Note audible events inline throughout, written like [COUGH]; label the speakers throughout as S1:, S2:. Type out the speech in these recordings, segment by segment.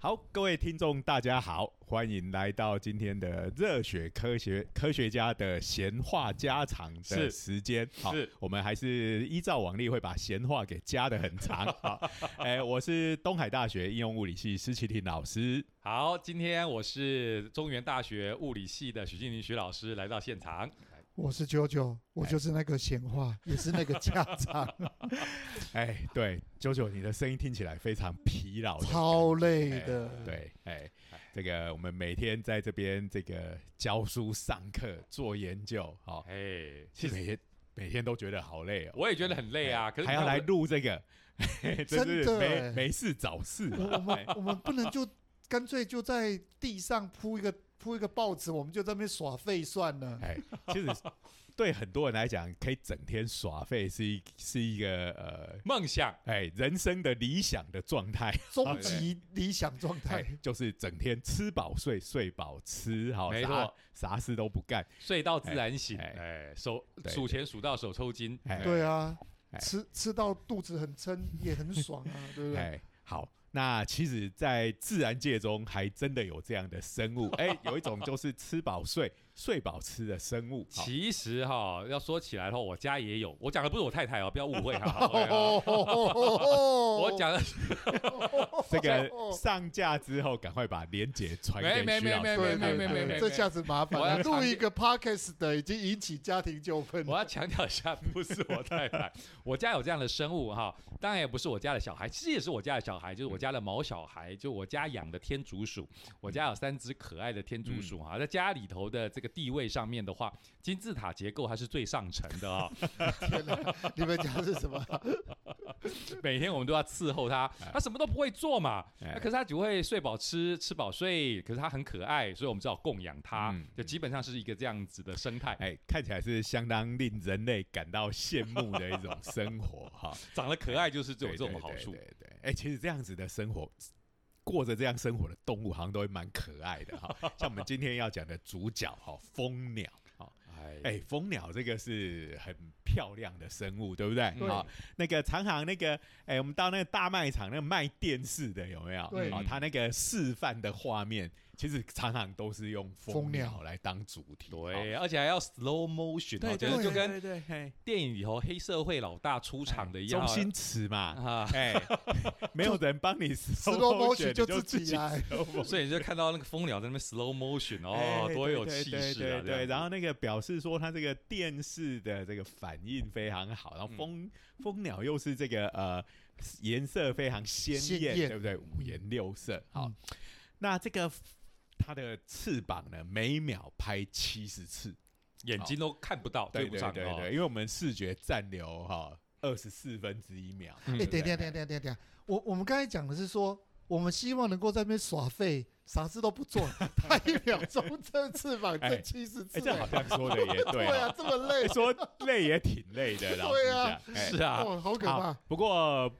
S1: 好，各位听众，大家好，欢迎来到今天的热血科学科学家的闲话家常的
S2: 是
S1: 时间。好
S2: 是，
S1: 我们还是依照往例会把闲话给加的很长。好，哎、我是东海大学应用物理系施启廷老师。
S2: 好，今天我是中原大学物理系的许静林许老师来到现场。
S3: 我是九九，
S2: 哎
S3: 我就是那个闲话，也是那个家
S2: [LAUGHS]
S3: 长，
S1: 哎、对，九九，你的声音听起来非常疲劳的
S3: 超累的。
S1: 对，哎，这个我们每天在这边这个教书、上课、做研究，好、
S2: 哎、
S1: 其
S2: 其
S1: 实
S2: 实
S1: 每天每天都觉得好累哦。
S2: 我也觉得很累啊，可是
S1: 还要
S2: 你看
S1: 来
S2: 我
S1: 录这个， [LAUGHS] 真是
S3: 真的
S1: 没
S3: 哎
S1: 没事找事啊
S3: 我我 [LAUGHS]
S1: 嘛。
S3: 们
S2: 哎
S3: 我们不能就干脆就在地上铺一个铺一个报纸，我们就在那边耍废算了。
S1: 哎，其实对很多人来讲，可以整天耍废是一是一个呃，
S2: 梦想，
S1: 哎，人生的理想的状态，
S2: 哎
S3: 终极理想状
S1: 哎
S3: 态，，
S1: 就是整天吃饱睡，睡饱吃，好，
S2: 没
S1: 啥
S2: 错
S1: 啥事都不干。
S2: 睡到自然醒，
S1: 哎
S2: 哎、
S1: 哎
S2: 手
S1: 对
S2: 数钱数到手抽筋，
S1: 哎
S2: 哎，
S3: 对啊
S1: 哎，
S3: 吃吃到肚子很撑也很爽啊，对
S2: 嗯
S3: 不对？
S1: 哎，好，那其实，在自然界中还真的有这样的生物，哎，有一种就是吃饱睡，睡饱吃的生物。好
S2: 其实哈，要说起来的话，我家也有。我讲的不是我太太哦，不要误会
S1: [LAUGHS]
S2: 哈。对啊
S3: [LAUGHS] 哦，我 [LAUGHS]
S2: 我讲的
S1: 这个上架之后，赶快把链接传给
S2: 没
S1: 徐
S2: 没
S1: 老师。
S2: 没
S3: 对
S2: 没没
S3: 对
S2: 没没
S3: 对，这下子麻
S2: 我
S3: 烦
S2: 要
S3: 了，
S2: 尝
S3: 录一个 podcast 的已经引起家庭纠纷了。
S2: 我要强调一下，不是我
S1: [LAUGHS]
S2: 太太，我家有这样的生物哈，当然也不是我家的小孩，其实也是我家的小孩，就是我家的毛小孩，就我家养的天竺鼠，我家有三只可爱的天竺鼠
S1: 嗯
S2: 哈，在家里头的这个地位上面的话，金字塔结构它是最上层
S1: [LAUGHS]
S2: 的啊、
S3: 天哪，你们讲的是什么？
S2: 每天我们都要伺候它，它什么都不会做嘛，
S1: 哎
S2: 那可是它只会睡饱吃，吃饱睡，可是它很可爱，所以我们只好供养它
S1: 嗯，
S2: 就基本上是一个这样子的生态，
S1: 哎，看起来是相当令人类感到羡慕的一种生活哈，
S2: 长得可爱 [LAUGHS] 就是这
S1: 对
S2: 有这种
S1: 对
S2: 好处
S1: 对，对对哎，其实这样子的生活，过着这样生活的动物好像都会蛮可爱的
S2: [LAUGHS]
S1: 哈。像我们今天要讲的主角哈，蜂鸟哈，哎，蜂鸟这个是很漂亮的生物，对不对？
S2: 对
S1: 好那个常常那个，哎，我们到那个大卖场，那个卖电视的有没有？
S3: 对
S1: 啊，他那个示范的画面，其实常常都是用蜂
S3: 蜂鸟
S1: 鸟来当主题。好
S2: 对，而且还要 slow motion，
S1: 对
S2: 哦
S1: 对
S2: 觉得就
S3: 对
S2: 跟
S1: 对对，
S2: 电影里头黑社会老大出场的一样，
S1: 周星驰嘛，
S2: 啊，
S1: 哎，没有人帮你 slow
S3: slow
S1: motion，
S3: motion
S1: 你
S3: 就
S1: 就
S3: 自己来
S1: slow motion
S2: 所以你就看到那个蜂鸟在那边 slow motion 哦，
S1: 哎
S2: 多有
S1: 对
S2: 气势啊！
S1: 对对对
S2: 这样
S1: 对，
S2: 子
S1: 然后那个表示说他这个电视的这个反应非常好，然
S2: 嗯
S1: 后蜂、蜂鸟又是这个呃颜色非常鲜
S3: 鲜
S1: 艳，
S3: 艳
S1: 对不对？五颜六色。好，
S2: 嗯
S1: 那这个它的翅膀呢，每秒拍七十次，
S2: 眼睛都看不到，
S1: 对
S2: 不
S1: 对
S2: 上
S1: 对对，
S2: 哦。
S1: 因为我们视觉占留哈二十四分之一秒。
S2: 嗯
S3: 哎、
S1: 对
S3: 等
S1: 不
S3: 一下
S1: 对
S3: 等一下等一下等一下，我我们刚才讲的是说，我们希望能够在那边耍废，啥事都
S1: [LAUGHS]
S3: 不做，他一秒钟这翅膀
S1: 哎
S3: 这七十次、
S1: 哎，这好像说的也对
S3: 对
S1: 哦，
S3: 啊，这么
S1: [LAUGHS]
S3: 累，
S1: 说累也挺累的，老实
S3: 对啊
S1: 讲，哎
S2: 是啊，
S3: 哦，好可
S1: 好
S3: 怕。，
S1: 不过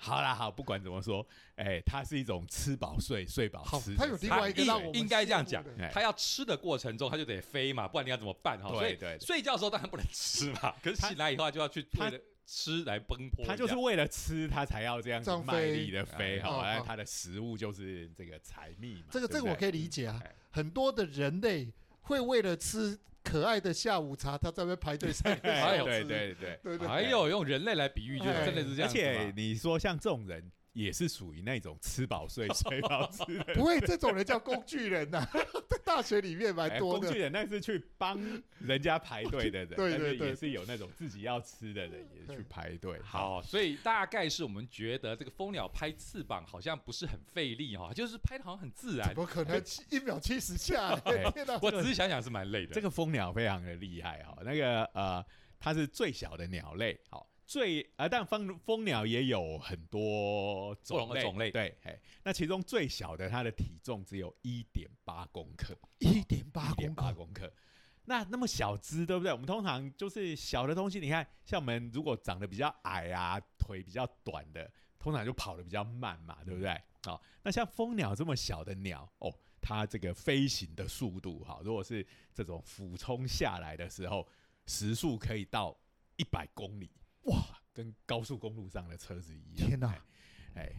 S1: 好啦，好，不管怎么说，哎，它是一种吃饱睡、睡饱
S3: 好
S1: 吃的生物。
S3: 它有另外一个
S2: 它
S3: 让我们
S2: 应该这样讲
S3: 羡慕
S1: 的哎
S2: 它要吃的过程中，它就得飞嘛，不然你要怎么办哈？
S1: 对
S2: 所以
S1: 对对
S2: 睡觉的时候当然不能吃嘛，可是
S1: 它
S2: 醒来以后它就要去
S1: 它
S2: 为了吃来奔波一下，
S1: 它就是为了吃，它才要这样子
S3: 这样
S1: 卖力的飞，
S2: 飞
S1: 好，
S3: 哦
S1: 哎，
S3: 哦
S1: 它的食物就是这个财蜜嘛。
S3: 这个这
S1: 对不
S3: 个
S1: 对
S3: 我可以理解啊
S2: 哎，
S3: 很多的人类会为了吃可爱的下午茶，他在那边排
S1: [LAUGHS]
S3: 队三个
S2: 哎
S3: 小
S2: 呦
S1: 对
S3: 时。
S1: 对对
S3: 对对
S2: 还有哎用人类来比喻，就
S3: 哎
S2: 真的是这
S1: 而
S2: 样子
S1: 且
S2: 嘛。
S1: 你说像这种人，也是属于那种吃饱睡、睡饱吃
S3: [LAUGHS]
S1: 的
S3: 不会，这种人叫工具
S1: [LAUGHS]
S3: 人呐、在大学里面蛮
S1: 哎
S3: 多
S1: 工
S3: 的。
S1: 具人，那是去帮人家排队的人，
S3: [LAUGHS] 对
S1: 但是
S3: 对对
S1: 也是有那种自己要吃的人也去排队。
S2: 好，所以大概是我们觉得这个蜂鸟拍翅膀好像不是很费力哈、就是拍的好像很自然
S3: 怎。么可
S1: 哎
S3: 能七一秒七十下？哎 [LAUGHS] 天哪！
S2: 我只是想想是蛮累的。
S1: 这个蜂鸟非常的厉害哈、那个呃，它是最小的鸟类，好、最啊、但蜂蜂鸟也有很多
S2: 不
S1: 种
S2: 同
S1: 类，
S2: 的种类
S1: 对，哎，那其中最小的它的体重只有一点八公克，
S3: 一点八
S1: 一点
S3: 公
S1: 八
S3: 克，
S1: 公克。那那么小只，对不对？我们通常就是小的东西，你看，像我们如果长得比较矮啊，腿比较短的，通常就跑得比较慢嘛，对不哦对？好、那像蜂鸟这么小的鸟，哦，它这个飞行的速度，哈、如果是这种俯冲下来的时候，时速可以到一百公里，哇，跟高速公路上的车子一样。
S3: 天哪
S1: 哎！哎，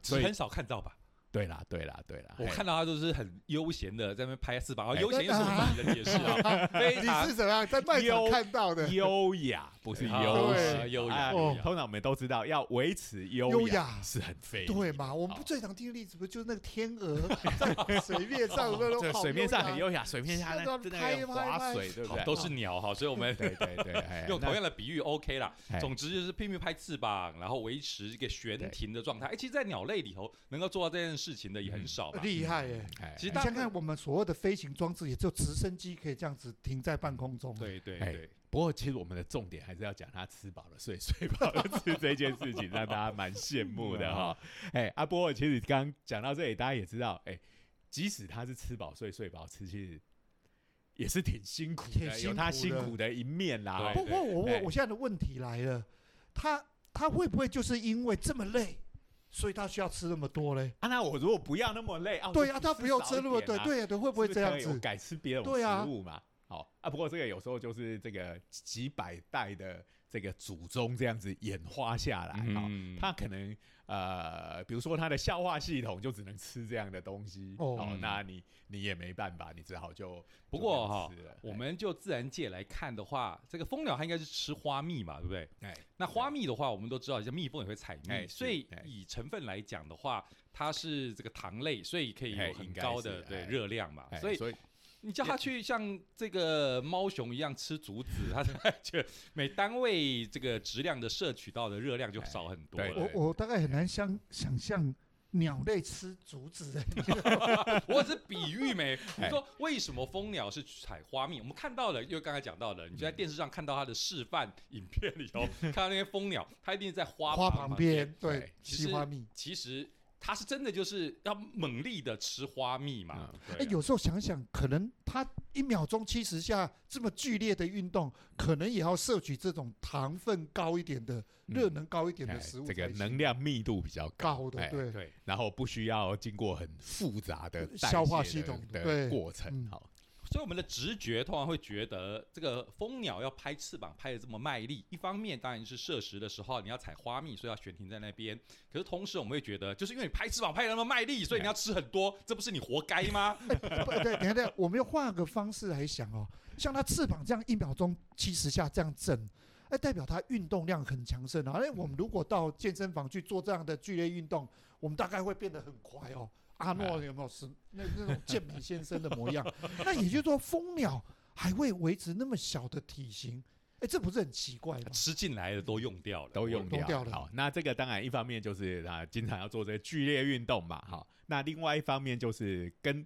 S2: 只
S1: 所以
S2: 很少看到吧？哎
S1: 对啦，对啦，对啦。
S2: 我
S1: 嘿
S2: 看到他都是很悠闲的在那边拍四把，哦，
S1: 哎
S2: 悠闲又是我们 [LAUGHS] 人解释啊，非
S3: 你
S2: 常
S3: 是怎么样在卖场
S1: 有
S3: 看到的？
S1: 优雅不是
S2: 啊
S1: 悠
S2: 对
S1: 闲，
S2: 优雅
S1: 哎
S2: 优雅
S1: 通常我们都知道，要维持
S3: 优
S1: 优
S3: 雅
S1: 是很费力的。
S3: 对嘛？我们
S1: 好
S3: 不最常听的例子不就是那个天鹅在水面上那
S1: 这
S3: 种
S1: 水面上很
S3: 优
S1: 优
S3: 雅
S1: 雅，水面下
S3: 是啊
S1: 呢真的
S3: 拍
S1: 有
S3: 拍
S1: 划
S3: 拍
S1: 水，对不
S2: 好
S1: 对？哦
S2: 都是鸟哈，所以我们
S1: 对对对，哎
S2: 用
S1: 那
S2: 同样的比喻 OK 啦。
S1: 哎
S2: 总之就是拼命拍翅膀，然后维持一个悬停的状态。哎，其实，在鸟类里头能够做到这件事情的也很少嘛。
S3: 厉害耶！
S1: 哎
S2: 其实
S3: 你
S2: 大
S3: 想
S2: 家
S3: 想看，我们所有的飞行装置，也只有直升机可以这样子停在半空中。，
S2: 对对
S1: 哎
S2: 对，
S1: 不过其实我们的重点还是要讲他吃饱了睡，睡饱了吃这件事情，让大家蛮羡慕
S3: 啊
S1: 的哈、哎，阿波，其实刚刚讲到这里，大家也知道，哎，即使他是吃饱睡、睡饱吃，其实也是挺辛苦
S3: 挺
S1: 的，
S3: 辛
S1: 有他
S3: 苦
S1: 辛
S3: 的
S1: 苦的一面啦。
S2: 对
S1: 哦
S3: 不过我
S1: 哎
S3: 我我现在的问题来了，他他会不会就是因为这么累，所以他需要吃那么多嘞？
S1: 啊，那我如果不要那么累啊，
S3: 对
S1: 呀、
S3: 啊，他不要
S1: 吃
S3: 吃
S1: 少一
S3: 那么
S1: 点
S3: 对
S1: 啊，
S3: 对呀，对，会
S1: 会
S3: 不会这样
S1: 我
S3: 子？
S1: 改吃别种
S3: 对啊
S1: 食物嘛？好啊，不过这个有时候就是这个几百代的这个祖宗这样子演化下来哦哈、
S2: 嗯
S1: 他可能呃，比如说他的消化系统就只能吃这样的东西
S3: 哦
S1: 哦，那你你也没办法，你只好就
S2: 不过哈、
S1: 就这样吃了
S2: [LAUGHS] 我们就自然界来看的话，这个蜂鸟它应该是吃花蜜嘛，对不对？
S1: 哎
S2: 那花蜜的话，我们都知道，像蜜蜂也会采蜜，
S1: 哎是
S2: 所以
S1: 哎
S2: 以成分来讲的话，它是这个糖类，所以可以
S1: 哎
S2: 有很
S1: 应该
S2: 高
S1: 是
S2: 的对
S1: 哎
S2: 热量嘛。
S1: 哎
S2: 所以
S1: 所以
S2: 你叫它去像这个猫熊一样吃竹子，它才觉 [LAUGHS] 每单位这个质量的摄取到的热量就少很多
S1: 哎对
S2: 了。
S1: 对
S3: 我我大概很难想想象鸟类吃竹子，
S2: 我只是比喻没，你
S1: 哎
S2: 说为什么蜂鸟是采花蜜？我们看到了，因为刚才讲到了，你就在电视上看到它的示范影片里头，看到那些蜂鸟，它一定在花
S3: 花
S2: 旁
S3: 旁。边对
S1: 对
S2: 其实
S3: 吸花蜜。
S2: 其实它是真的就是要猛力的吃花蜜嘛。对啊
S3: 哎，有时候想想，可能它一秒钟七十下这么剧烈的运
S1: 嗯
S3: 动，可能也要摄取这种糖分高一点的、热能高一点的
S1: 哎
S3: 食物才
S1: 这
S3: 行，
S1: 个能量密度比较
S3: 高的
S1: 哎
S3: 对。
S2: 对，
S1: 然后不需要经过很复杂的代
S3: 消化
S1: 谢
S3: 系
S1: 的
S3: 统对
S1: 的过程
S3: 嗯，
S1: 好，
S2: 所以我们的直觉通常会觉得这个蜂鸟要拍翅膀拍的这么卖力，一方面当然是摄食的时候你要采花蜜，所以要悬停在那边。可是同时我们会觉得，就是因为你拍翅膀拍的那么卖力，所以你要吃很多，这不是你活该吗？
S3: 不对，等一下等一下，我们要换个方式来想哦，像它翅膀这样一秒钟七十下这样震，哎，代表它运动量很强盛啊。哎，我们如果到健身房去做这样的剧烈运动，我们大概会变得很快哦。阿诺
S1: 哎
S3: 有没有是那那种健美先生的模样？ [LAUGHS] 那也就是说，蜂鸟还会维持那么小的体型，哎，这不是很奇怪吗？
S2: 吃进来的都用掉了，
S1: 都用
S3: 都掉了
S1: 好，那这个当然一方面就是啊，经常要做这个剧烈运动嘛，好，那另外一方面就是跟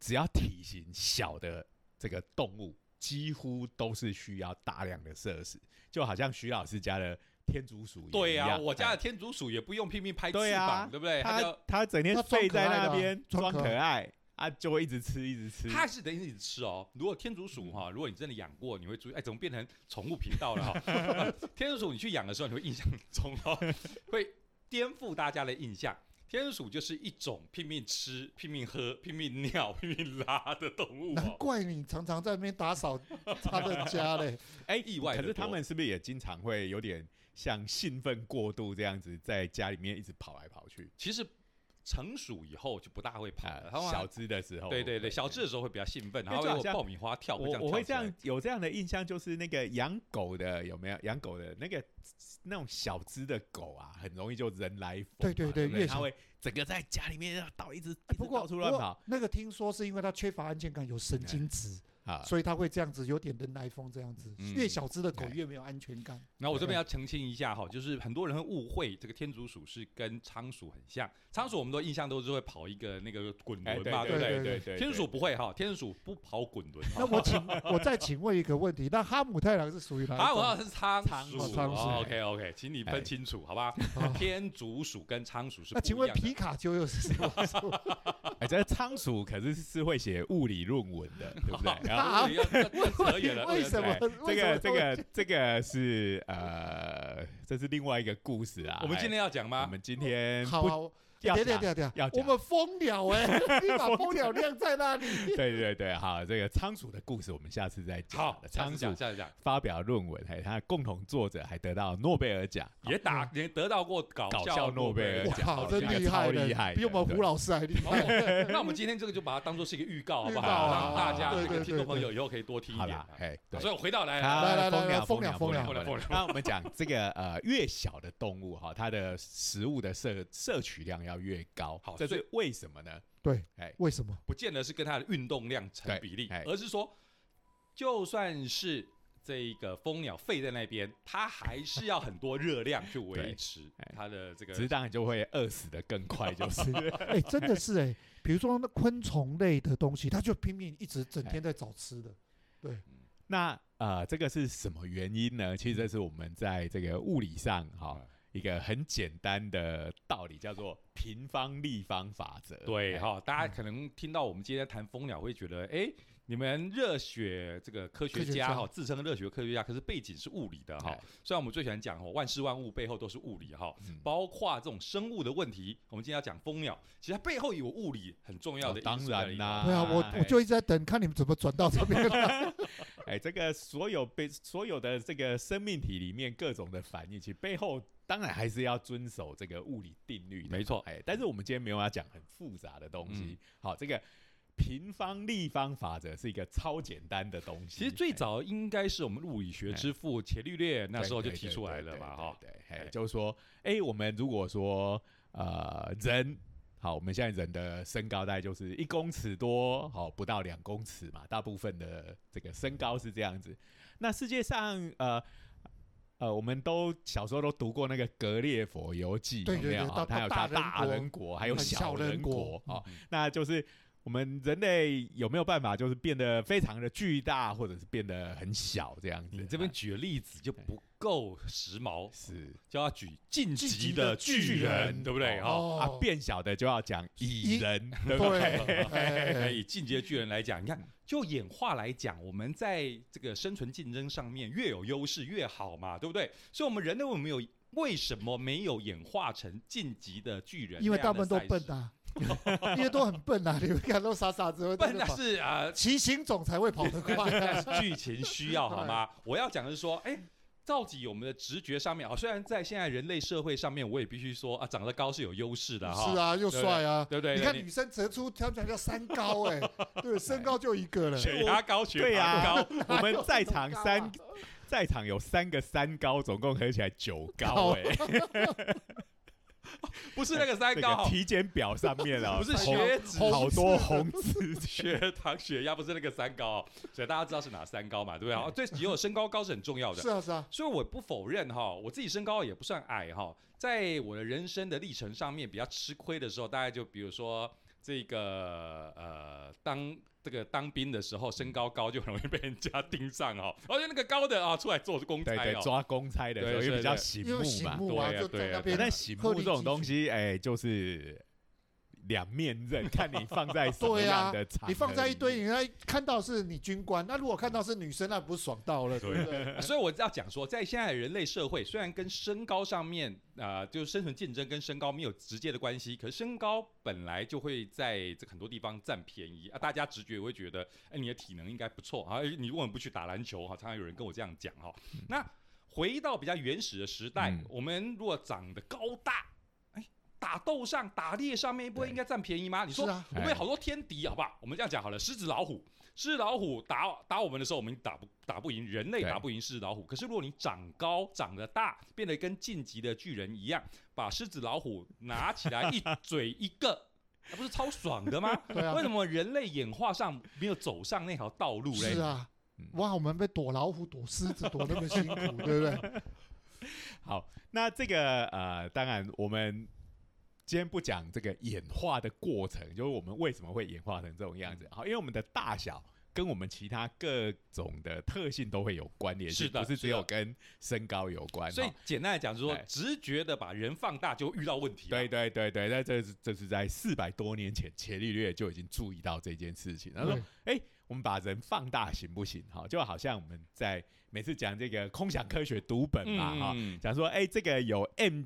S1: 只要体型小的这个动物，几乎都是需要大量的摄食，就好像徐老师家的天竺鼠也
S2: 对
S1: 一
S2: 呀、
S1: 样
S2: 我家
S1: 哎
S2: 的天竺鼠也不用拼命拍翅
S1: 对啊
S2: 膀，对不对？它
S1: 它
S2: 就
S1: 它整天
S3: 它装
S1: 睡
S3: 可爱
S1: 在
S3: 的啊
S1: 那边
S3: 装
S1: 装
S3: 可
S1: 可爱啊，就会一直吃一直吃，
S2: 它是等于你吃哦。如果天竺鼠哈、如果你真的养过，你会注意，哎，怎么变成宠物频道了
S1: [LAUGHS]
S2: 哈、天竺鼠你去养的时候，你会印象 [LAUGHS] 中哦，会颠覆大家的印象。天竺鼠就是一种拼命吃、拼命喝、拼命尿、 [LAUGHS] 拼命拉的动物
S3: 难
S2: 哦。
S3: 怪你常常在那边打扫 [LAUGHS] 他的家嘞。
S1: 哎
S2: 意外
S1: 可
S2: 得
S1: 是他
S2: 多
S1: 们是不是也经常会有点像兴奋过度这样子，在家里面一直跑来跑去？
S2: 其实成鼠以后就不大会跑
S1: 啊
S2: 了，它，会
S1: 小只的时候，
S2: 对对对，小只的时候会比较兴奋，然
S1: 因
S2: 后
S1: 为就好
S2: 会
S1: 像
S2: 爆米花跳，会这
S1: 我
S2: 样
S1: 我会这
S2: 跳起来
S1: 样有这样的印象，就是那个养狗的有没有养狗的那个那种小只的狗啊，很容易就人来疯嘛。
S3: 对对对
S1: 不
S3: 越
S1: 它
S3: 小
S1: 会整个在家里面到一直 [LAUGHS]
S3: 哎
S1: 一
S3: 不
S1: 直
S3: 过
S1: 到处乱
S3: 不过
S1: 跑
S3: 那个听说是因为它缺乏安全感，有神经质。
S1: 啊。
S3: 所以他会这样子，有点人来疯这样子。
S2: 嗯
S3: 越小只的狗
S1: 哎
S3: 越没有安全感。
S2: 然后我这边要澄清一下哈，就是很多人会误会这个天竺鼠是跟仓鼠很像，仓鼠我们都印象都是会跑一个那个滚
S1: 哎，
S2: 轮
S1: 对
S2: 嘛，
S1: 对
S2: 不
S3: 对
S1: 对
S3: 对
S1: 对对，
S2: 天竺鼠不会哈，天竺鼠不跑滚轮。
S3: 那我请我再请问一个问题，那哈姆太郎是属于哪
S2: 啊，
S3: 一
S2: 我
S3: 种？
S2: 要是仓鼠哦
S1: 仓
S3: 鼠仓鼠
S2: OK OK，请你分清楚好吧？天竺鼠跟仓鼠是
S3: 那
S2: 不
S3: 请
S2: 一
S3: 问
S2: 样
S3: 皮
S2: 的。
S3: 卡丘又是
S1: [LAUGHS]
S3: 什么种？
S1: 哎，这仓鼠可是是会写物理论文的，对不对？
S3: [LAUGHS]
S1: 然后
S2: 啊，要要要扯远了，
S3: 为什么？
S1: 这
S3: 为什么
S1: 个这个这个是呃，这是另外一个故事啊。
S2: 我们
S1: 哎
S2: 今天要讲啊
S1: 我
S2: 吗？
S1: 们今天
S3: 好
S1: 不
S3: 啊，我
S1: 要
S3: 对对
S1: 讲
S3: 对对，
S1: 要
S3: 我
S1: 讲
S3: 们蜂鸟哎、
S1: [LAUGHS]
S3: 你把蜂鸟晾在那里，
S1: 对对对，好，这个仓鼠的故事我们下次再讲。
S2: 好，下
S1: 仓
S2: 次
S1: 鼠
S2: 讲，下次讲，
S1: 发表论文，还他共同作者还得到诺贝尔奖，
S2: 也打也得到过搞
S1: 搞
S2: 笑
S1: 笑
S2: 诺
S1: 诺
S2: 贝
S1: 贝
S2: 尔
S1: 尔
S2: 奖。
S1: 奖
S3: 哇，
S1: 好
S3: 真
S1: 这个
S3: 厉
S1: 超
S3: 害的，
S1: 厉害的
S3: 比我们
S1: 对
S3: 胡老师还厉
S2: 好我
S3: 害。
S2: 们哦 [LAUGHS] 那我们今天这个就把它当做是一个预告，好不
S3: 预告
S2: 好？
S3: 啊
S2: 让大家
S3: 对
S2: 这个
S3: 对
S2: 听众
S3: 对
S2: 朋
S3: 对
S2: 友以后可以多听一
S1: 好
S2: 点
S1: 啦。，哎，对。
S2: 所以我哎回到来啊
S1: 好
S2: 来，
S3: 来来来
S1: 蜂鸟，
S3: 来
S1: 蜂
S3: 蜂
S1: 鸟，
S3: 鸟
S2: 蜂鸟
S1: 那我们讲这个呃，越小的动物哈，它的食物的摄摄取量要越高。
S2: 好
S1: 这
S2: 所以
S1: 是为什么呢？
S3: 为什么？
S2: 不见得是跟它的运动量成比例
S1: 对哎，
S2: 而是说，就算是这一个蜂鸟废在那边，它还是要很多热量去维
S1: 对
S2: 持
S1: 哎
S2: 它的这个
S1: 只是当然就会饿死的更快， [LAUGHS]
S2: [LAUGHS]
S1: 就是。
S3: [LAUGHS] 哎、真的是哎、比如说那昆虫类的东西，它就拼命一直整天在找吃的。
S1: 那呃，这个是什么原因呢？其实这是我们在这个物理上哈、
S2: 嗯
S1: 一个很简单的道理，叫做平方立方法则。
S2: 呃对
S1: 哎
S2: 哈、大家可能听到我们今天谈蜂鸟，会觉得哎、诶你们热血这个科学
S3: 科学
S2: 家
S3: 家
S2: 哈，自称热血科学家，可是背景是物理的哈
S1: 哎。
S2: 虽然我们最喜欢讲哈，万事万物背后都是物理哈，
S1: 嗯
S2: 包括这种生物的问题。我们今天要讲蜂鸟，其实它背后有物理很重要的
S1: 哦当
S2: 因素在里
S1: 然
S2: 头
S1: 啦
S3: 对啊，我
S1: 哎
S3: 我就一直在等，看你们怎么转到这边来。
S1: 哎，这个所有被所有的这个生命体里面各种的反应，其实背后当然还是要遵守这个物理定律的。
S2: 没错嗯
S1: 哎，但是我们今天没有要讲很复杂的东西。好，这个平方立方法则是一个超简单的东西。
S2: 其实最
S1: 哎
S2: 早应该是我们物理学之父伽利略那时候就
S1: 对对
S2: 提
S1: 对
S2: 出来
S1: 对
S2: 了
S1: 对
S2: 嘛
S1: 对
S2: 哈。
S1: 对，
S2: 哎
S1: 哎，就是说，哎，我们如果说呃人。好，我们现在人的身高大概就是一公尺多，好不到两公尺嘛，大部分的这个身高是这样子。那世界上呃呃，我们都小时候都读过那个格列佛游记，
S3: 对
S1: 有
S3: 对
S1: 没有？
S3: 对
S1: 啊
S3: 大
S1: 它有
S3: 大
S1: 叫
S3: 人
S1: 大
S3: 国
S1: 人国，还有
S3: 还有
S1: 小
S3: 小人
S1: 人
S3: 国
S1: 国，哦
S2: 嗯，
S1: 那就是我们人类有没有办法，就是变得非常的巨大，或者是变得很小这样子？哎
S2: 你这边举的例子就不够时髦，
S1: 是
S2: 就要举晋级
S3: 晋级
S2: 的
S3: 的巨
S2: 巨人，
S1: 人
S2: 对不对？哈、
S3: 哦
S1: 啊，变小的就要讲蚁
S3: 蚁
S1: 人，对 [LAUGHS]
S3: 对
S1: 不对？
S3: 哎
S2: 哎，
S3: 哎
S2: 以进阶巨人来讲，你看，就演化来讲，我们在这个生存竞争上面越有优势越好嘛，对不对？所以，我们人类为什么没有为什么没有演化成晋级的巨人？
S3: 因为大部分都笨，啊， [LAUGHS] 因为都很笨啊，你们看都傻傻子，会在
S2: 笨
S3: 那
S2: 但 [LAUGHS]
S3: 跑
S2: 是啊，呃
S3: 骑行总才会跑得快啊、
S2: 但是剧情需要好吗？我要讲的是说，哎。照己我们的直觉上面啊，虽然在现在人类社会上面，我也必须说啊，长得 [LAUGHS] 高是有优势的哈，
S3: 是啊，又帅啊。
S2: 对不对？
S3: 你看女生折出，他们讲叫三高
S2: [LAUGHS]
S3: 哎、对，身高就一个了。
S2: 血压高，血
S1: 对
S2: 压
S1: 呀
S2: 高，
S1: 我们在场
S3: 哪
S1: 三
S3: 有这哎么高啊
S1: 在场有三个三高，总共合起来九高哎、
S2: 不是那个
S1: [LAUGHS]
S2: 三
S1: 这
S2: 高
S1: 个，体检表上面啊，
S2: 不是
S1: 红
S2: 血脂
S1: [LAUGHS] 好多红字
S3: [LAUGHS]
S2: 血糖、血压不是那个三高、哦，所以大家知道是哪三高嘛，对不对？哦，对，也有身高高是很重要的
S3: 是。啊是啊，
S2: 所以我不否认哈、我自己身高也不算矮哈、在我的人生的历程上面比较吃亏的时候，大概就比如说这个呃，当这个当兵的时候，身高高就很容易被人家盯上哈、而且那个高的啊，出来做公差
S1: 对
S3: 哎
S1: 对，
S2: 哦，
S1: 抓公差的时候
S2: 对对
S1: 也比较
S2: 对
S1: 醒
S3: 因为
S1: 目
S3: 醒
S1: 嘛。哎
S3: 目啊，
S2: 对啊
S3: 就在
S2: 对啊
S3: 那
S2: 对
S3: 边
S2: 啊
S1: 但醒目这种东西，哎、就是两面
S3: [LAUGHS]
S1: 刃，看你放在什么
S3: 对啊
S1: 样的场合里面、
S3: 你放在一堆，人家看到是你军官，那如果看到是女生，那不是爽到了，
S2: 对
S3: 对不对？
S2: 所以我要讲说，在现在的人类社会，虽然跟身高上面啊、呃就是生存竞争跟身高没有直接的关系，可是身高本来就会在这很多地方占便宜啊。大家直觉也会觉得，哎、你的体能应该不错啊。哎你如果不去打篮球哈，常常有人跟我这样讲哈。那回到比较原始的时代，
S1: 嗯
S2: 我们如果长得高大，哎，打斗上、打猎上面不会
S1: 对
S2: 应该占便宜吗？你说
S3: 是啊
S2: 我们有
S1: 哎
S2: 好多天敌，好不好？我们这样讲好了，狮子、老虎，狮子、老虎打打我们的时候，我们打不打不赢，人类
S1: 对
S2: 打不赢狮子、老虎。可是如果你长高、长得大，变得跟晋级的巨人一样，把狮子、老虎拿起来一嘴一个。 [LAUGHS] 那不是超爽的吗？
S3: 对啊
S2: 为什么人类演化上没有走上那条道路嘞？
S3: 是啊
S1: 嗯，
S3: 哇，我们被躲老虎、躲狮子躲那么辛苦，对不对？
S1: 好，那这个呃，当然我们今天不讲这个演化的过程，就是我们为什么会演化成这种样子。
S2: 嗯
S1: 好，因为我们的大小跟我们其他各种的特性都会有关联性，
S2: 是的
S1: 不是只
S2: 是的
S1: 有跟身高有关。
S2: 所以
S1: 哈
S2: 简单来讲，就是说
S1: 哎
S2: 直觉的把人放大就遇到问题了。
S1: 对对对对，那这是这是在四百多年前，伽利略就已经注意到这件事情。他说
S3: 对：“
S1: 哎、我们把人放大行不行？哈，就好像我们啊在每次讲这个空想科学读本嘛，哈、
S2: 嗯
S1: 讲说，哎、这个有 m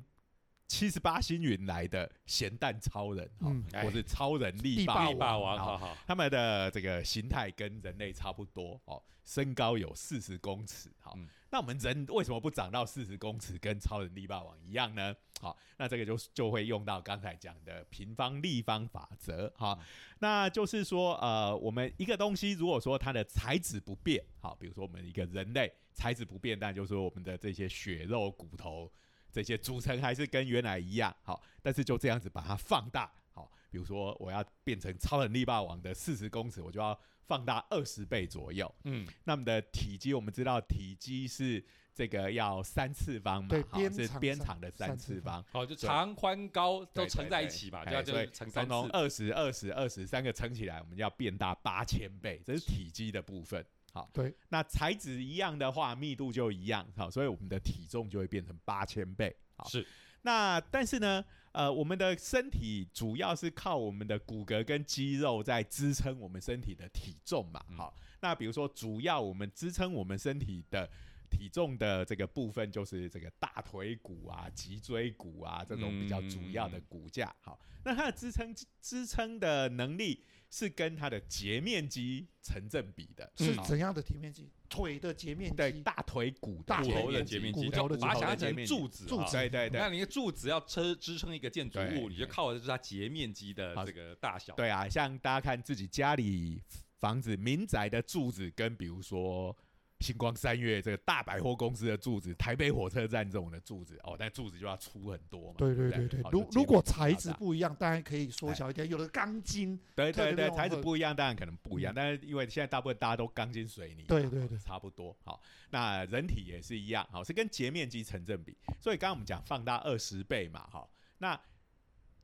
S1: 七十八星云来的咸蛋超人，哈、
S3: 嗯
S1: 或是超人力
S3: 力
S1: 霸
S3: 霸
S2: 力霸王，好
S1: 好
S2: 好，
S1: 他们的这个形态跟人类差不多哦，身高有四十公尺。好、
S2: 嗯
S1: 那我们人为什么不长到四十公尺，跟超人力霸王一样呢？好，那这个就就会用到刚才讲的平方立方法则。好，那就是说，呃，我们一个东西如果说它的材质不变，好，比如说我们一个人类材质不变，但就是说我们的这些血肉骨头这些组成还是跟原来一样，好，但是就这样子把它放大，好，比如说我要变成超人力霸王的四十公尺，我就要放大二十倍左右。
S2: 嗯，
S1: 那么的体积，我们知道体积是这个要三次方嘛
S3: 对，
S1: 好
S3: 边
S1: 是
S3: 长
S1: 边
S3: 三
S1: 长的三
S3: 三
S1: 次
S3: 次
S1: 方，
S2: 好，就
S1: 对
S2: 长宽高都
S1: 对
S2: 乘
S1: 对
S2: 在一
S1: 对
S2: 起嘛，
S1: 哎
S2: 就要就
S1: 所以
S2: 乘三
S1: 从
S2: 次
S1: 从。二十二十二十三个乘起来，我们要变大八千倍，这是体积的部分。好，
S3: 对，
S1: 那材质一样的话，密度就一样，好，所以我们的体重就会变成八千倍。好，
S2: 是，
S1: 那但是呢，呃，我们的身体主要是靠我们的骨骼跟肌肉在支撑我们身体的体重嘛。
S2: 嗯
S1: 好，那比如说，主要我们支撑我们身体的体重的这个部分，就是这个大腿骨啊、脊椎骨啊这种比较主要的骨架。好，那它的支撑支撑的能力是跟它的截面积成正比的，
S3: 是
S1: 好
S3: 怎样的体面积？腿的截面
S1: 对
S3: 积，
S1: 大腿骨
S3: 大
S2: 骨
S3: 腿
S2: 头的
S1: 面
S2: 截
S1: 积
S2: 面
S3: 骨
S2: 积，
S3: 头的
S2: 把它
S1: 截
S2: 想象
S1: 面积
S2: 成柱子，
S3: 柱
S2: 啊
S3: 子
S1: 对对对，
S2: 那你的柱子要支支撑一个建筑物，
S1: 对
S2: 你就靠的就是它截面积的这个大
S3: 哦
S2: 小。
S1: 对啊，像大家看自己家里房子、民宅的柱子，跟比如说星光三月这个大百货公司的柱子、台北火车站这种的柱子，哦，但柱子就要粗很多嘛。
S3: 对对
S1: 对
S3: 对
S1: 不
S3: 对
S1: 好，就
S3: 如
S1: 结
S3: 如
S1: 果就
S3: 果
S1: 比较
S3: 材质
S1: 大
S3: 不一样，当然可以缩
S1: 哎
S3: 小一点。有的钢筋，
S1: 对
S3: 特别
S1: 对对，
S3: 那种
S1: 材质
S3: 很嗯
S1: 不一样，当然可能不一样，但是因为现在大部分大家都钢筋水泥嘛，
S3: 对对对
S1: 差不多。好，那人体也是一样，好，是跟截面积成正比，所以刚刚我们讲放大二十倍嘛，好，那。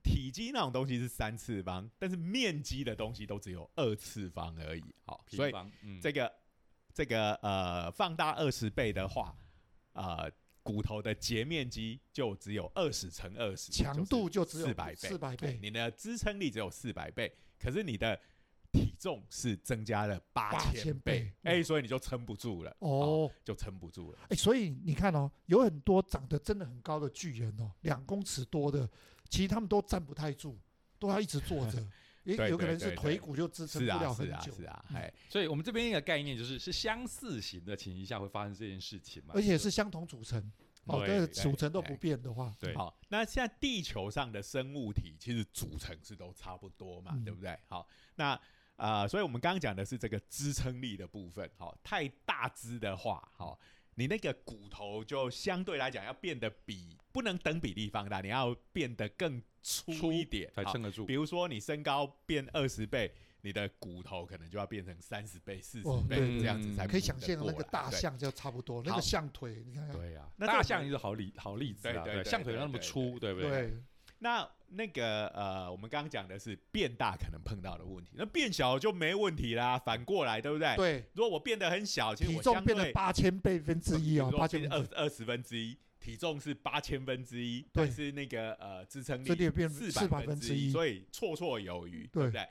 S1: 体积那种东西是三次方，但是面积的东西都只有二次方而已。好，所
S2: 平
S1: 以
S2: 方，嗯，
S1: 这个这个呃放大二十倍的话，呃骨头的截面积就只有二十乘二十，
S3: 强度就只有
S1: 四百倍，
S3: 四百
S1: 对
S3: 倍，
S1: 你的支撑力只有四百倍，可是你的体重是增加了八
S3: 8000
S1: 倍
S3: 倍，
S1: 哎、所以你就撑不住了，
S3: 哦。
S1: 就撑不住了。
S3: 哎，所以你看哦，有很多长得真的很高的巨人哦，两公尺多的，其实他们都站不太住，都要一直
S1: [LAUGHS]
S3: 坐着，也
S1: 对
S3: 有可
S1: 对
S3: 能是
S1: 对
S3: 腿
S1: 对
S3: 骨就支撑
S1: 是
S3: 不
S1: 啊，
S3: 了很
S1: 是啊，
S3: 久，
S1: 是啊，
S3: 嗯
S1: 哎、
S2: 所以我们这边一个概念就是，是相似型的情形下会发生这件事情嘛？
S3: 而且是相同组成哦，
S2: 对
S3: 这个
S1: 对哎
S3: 组成都不
S1: 对
S3: 变的话，
S2: 对
S1: 好，那现在地球上的生物体其实组成是都差不多嘛，
S3: 嗯
S1: 对不对？好，那呃，所以我们刚刚讲的是这个支撑力的部分。好，太大只的话，好，你那个骨头就相对来讲要变得比不能等比例放大，你要变得更粗一点，
S2: 才
S1: 好
S2: 撑得住
S1: 比。如说你身高变二十倍，你的骨头可能就要变成三十倍、四
S3: 哦
S1: 十倍、
S2: 对
S1: 这样子才
S3: 可以
S1: 补得
S3: 想象那
S1: 过
S3: 个
S1: 来
S3: 大
S1: 对
S3: 象就差不多，那
S1: 好
S3: 个象腿，你看看，
S2: 对呀，
S1: 那这
S2: 大
S1: 个
S2: 象就是好例好例子啊，
S1: 对对
S2: 对，
S1: 对
S2: 象腿那么
S1: 对对
S2: 粗，对不对？
S3: 对，
S1: 那那个呃，我们刚刚讲的是变大可能碰到的问题，那变小就没问题啦。反过来，对不对？
S3: 对，
S1: 如果我变得很小，哎其实
S3: 体
S1: 我
S3: 重
S1: 相对
S3: 变了八千倍分之一哦，八千
S1: 二二十分之一，体重是八千分之一，但是那个呃支撑
S3: 这里
S1: 力
S3: 也变
S1: 四百
S3: 400
S1: 分
S3: 分
S1: 之
S3: 之
S1: 一，
S3: 一
S1: 所以绰绰有余，对
S3: 对
S1: 不对？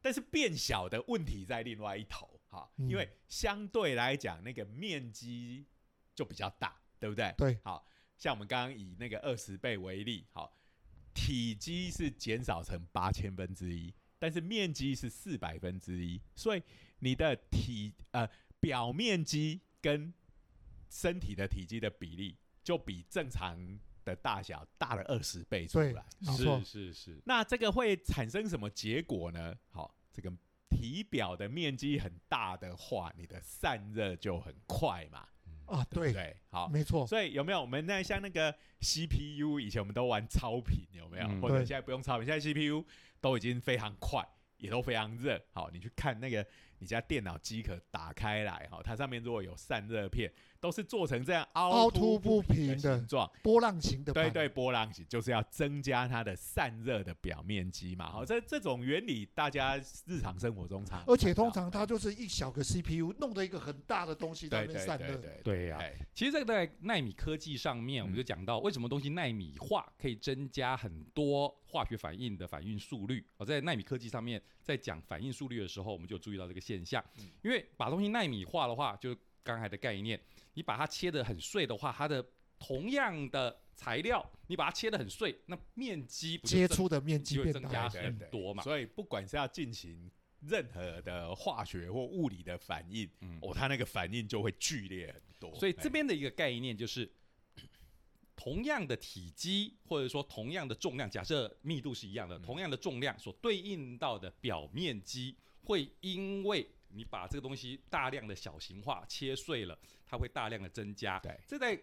S1: 但是变小的问题在另外一头哈，
S3: 嗯
S1: 因为相对来讲那个面积就比较大，对不对？
S3: 对，
S1: 好像我们刚刚以那个二十倍为例，好，体积是减少成八千分之一，但是面积是四百分之一，所以你的体呃表面积跟身体的体积的比例就比正常的大小大了二十倍出
S3: 对
S1: 来。
S3: 没错
S2: 是，是是，
S1: 那这个会产生什么结果呢？好，这个体表的面积很大的话，你的散热就很快嘛，
S2: 嗯
S3: 啊，
S1: 对不
S3: 对，
S1: 对？好，
S3: 没错，
S1: 所以有没有我们那像那个 CPU，以前我们都玩超频，有没有？
S2: 嗯
S1: 或者
S3: 对
S1: 现在不用超频，现在 CPU 都已经非常快，也都非常热。好，你去看那个你家电脑机壳打开来，哈，它上面如果有散热片，都是做成这样凹
S3: 凹
S1: 凸
S3: 凸不
S1: 的
S3: 平的
S1: 形状，
S3: 波浪形的
S1: 对
S3: 板，
S1: 对，波浪形就是要增加它的散热的表面积嘛。好，这这种原理大家日常生活中常，
S3: 而且通常它就是一小个 CPU 弄的一个很大的东西在
S1: 对
S3: 那
S1: 对
S3: 边
S1: 对
S3: 散
S1: 对
S3: 热，
S1: 对
S2: 对呀、
S1: 哎
S2: 其实，这个在纳米科技上面，我们
S1: 嗯
S2: 就讲到为什么东西纳米化可以增加很多化学反应的反应速率。哦，在纳米科技上面，在讲反应速率的时候，我们就有注意到这个现象
S1: 嗯。
S2: 因为把东西纳米化的话，就是刚才的概念，你把它切得很碎的话，它的同样的材料，你把它切得很碎，那面积不就
S3: 接
S2: 增
S3: 触的面积
S2: 就
S3: 变
S2: 增
S3: 大
S2: 加
S1: 对对
S2: 很
S1: 对
S2: 多嘛？
S1: 所以不管是要进行任何的化学或物理的反应，
S2: 嗯
S1: 哦，它那个反应就会剧烈很多。
S2: 所以这
S1: 哎
S2: 边的一个概念就是， [CLEARS THROAT] 同样的体积或者说同样的重量，假设密度是一样的，
S1: 嗯
S2: 同样的重量所对应到的表面积，会因为你把这个东西大量的小型化切碎了，它会大量的增加。
S1: 哎对，
S2: 这在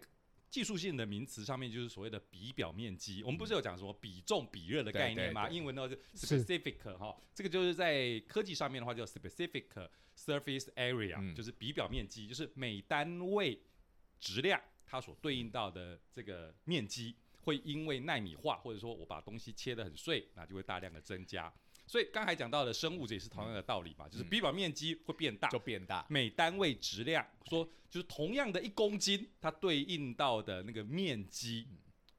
S2: 技术性的名词上面就是所谓的比表面积。我们不是有讲什么比重、比热的概念
S1: 嗯
S2: 吗？
S1: 对对对
S2: 英文呢就是 specific 哈，这个就是在科技上面的话叫 specific surface area，、
S1: 嗯
S2: 就是比表面积，就是每单位质量它所对应到的这个面积。会因为纳米化，或者说我把东西切得很碎，那就会大量的增加。所以刚才讲到的生物，这也是同样的道理嘛，就是
S1: 嗯
S2: 比表面积会变大，
S1: 就变大。
S2: 每单位质量，说就是同样的一公斤，它对应到的那个面积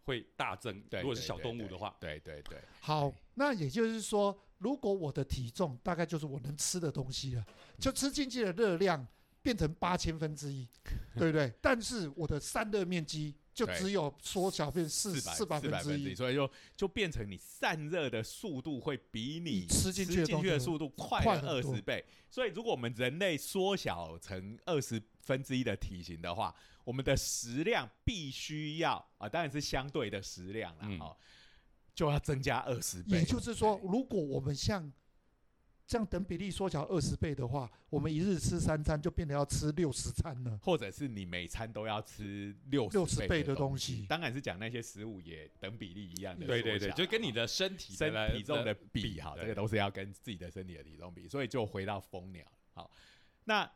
S2: 会大增。
S1: 对，
S2: 如果是
S1: 对
S2: 小动物的话，，
S1: 对对对对，
S3: 好，那也就是说，如果我的体重大概就是我能吃的东西
S1: 嗯
S3: 了，就吃进去的热量变成八千分
S1: [LAUGHS]
S3: 之一，对不对？但是我的散热面积就
S1: 对
S3: 只有缩小变
S1: 四
S3: 四四
S1: 百
S3: 百
S1: 四
S3: 分
S1: 百
S3: 之
S1: 分之一，
S3: 一。
S1: 所以就就变成你散热的速度会比你
S3: 你吃进去的东西
S1: 的速度快
S3: 快
S1: 了二
S3: 很多
S1: 十倍。所以如果我们人类缩小成二十分之一的体型的话，我们的食量必须要啊，当然是相对的食量啦，
S2: 嗯
S1: 哦，就要增加二十倍。
S3: 也就是说，如果我们像这样等比例缩小二十倍的话，我们一日吃三餐就变得要吃六十餐了。
S1: 或者是你每餐都要吃六
S3: 60倍的
S1: 的
S3: 东西
S1: 西，当然是讲那些食物也等比例一样的缩
S2: 对
S1: 小，
S2: 对对，就跟你的身体
S1: 身
S2: 来
S1: 体重的比哈，
S2: 对
S1: 这个都是要跟自己的身体的体重比，所以就回到蜂鸟。好，那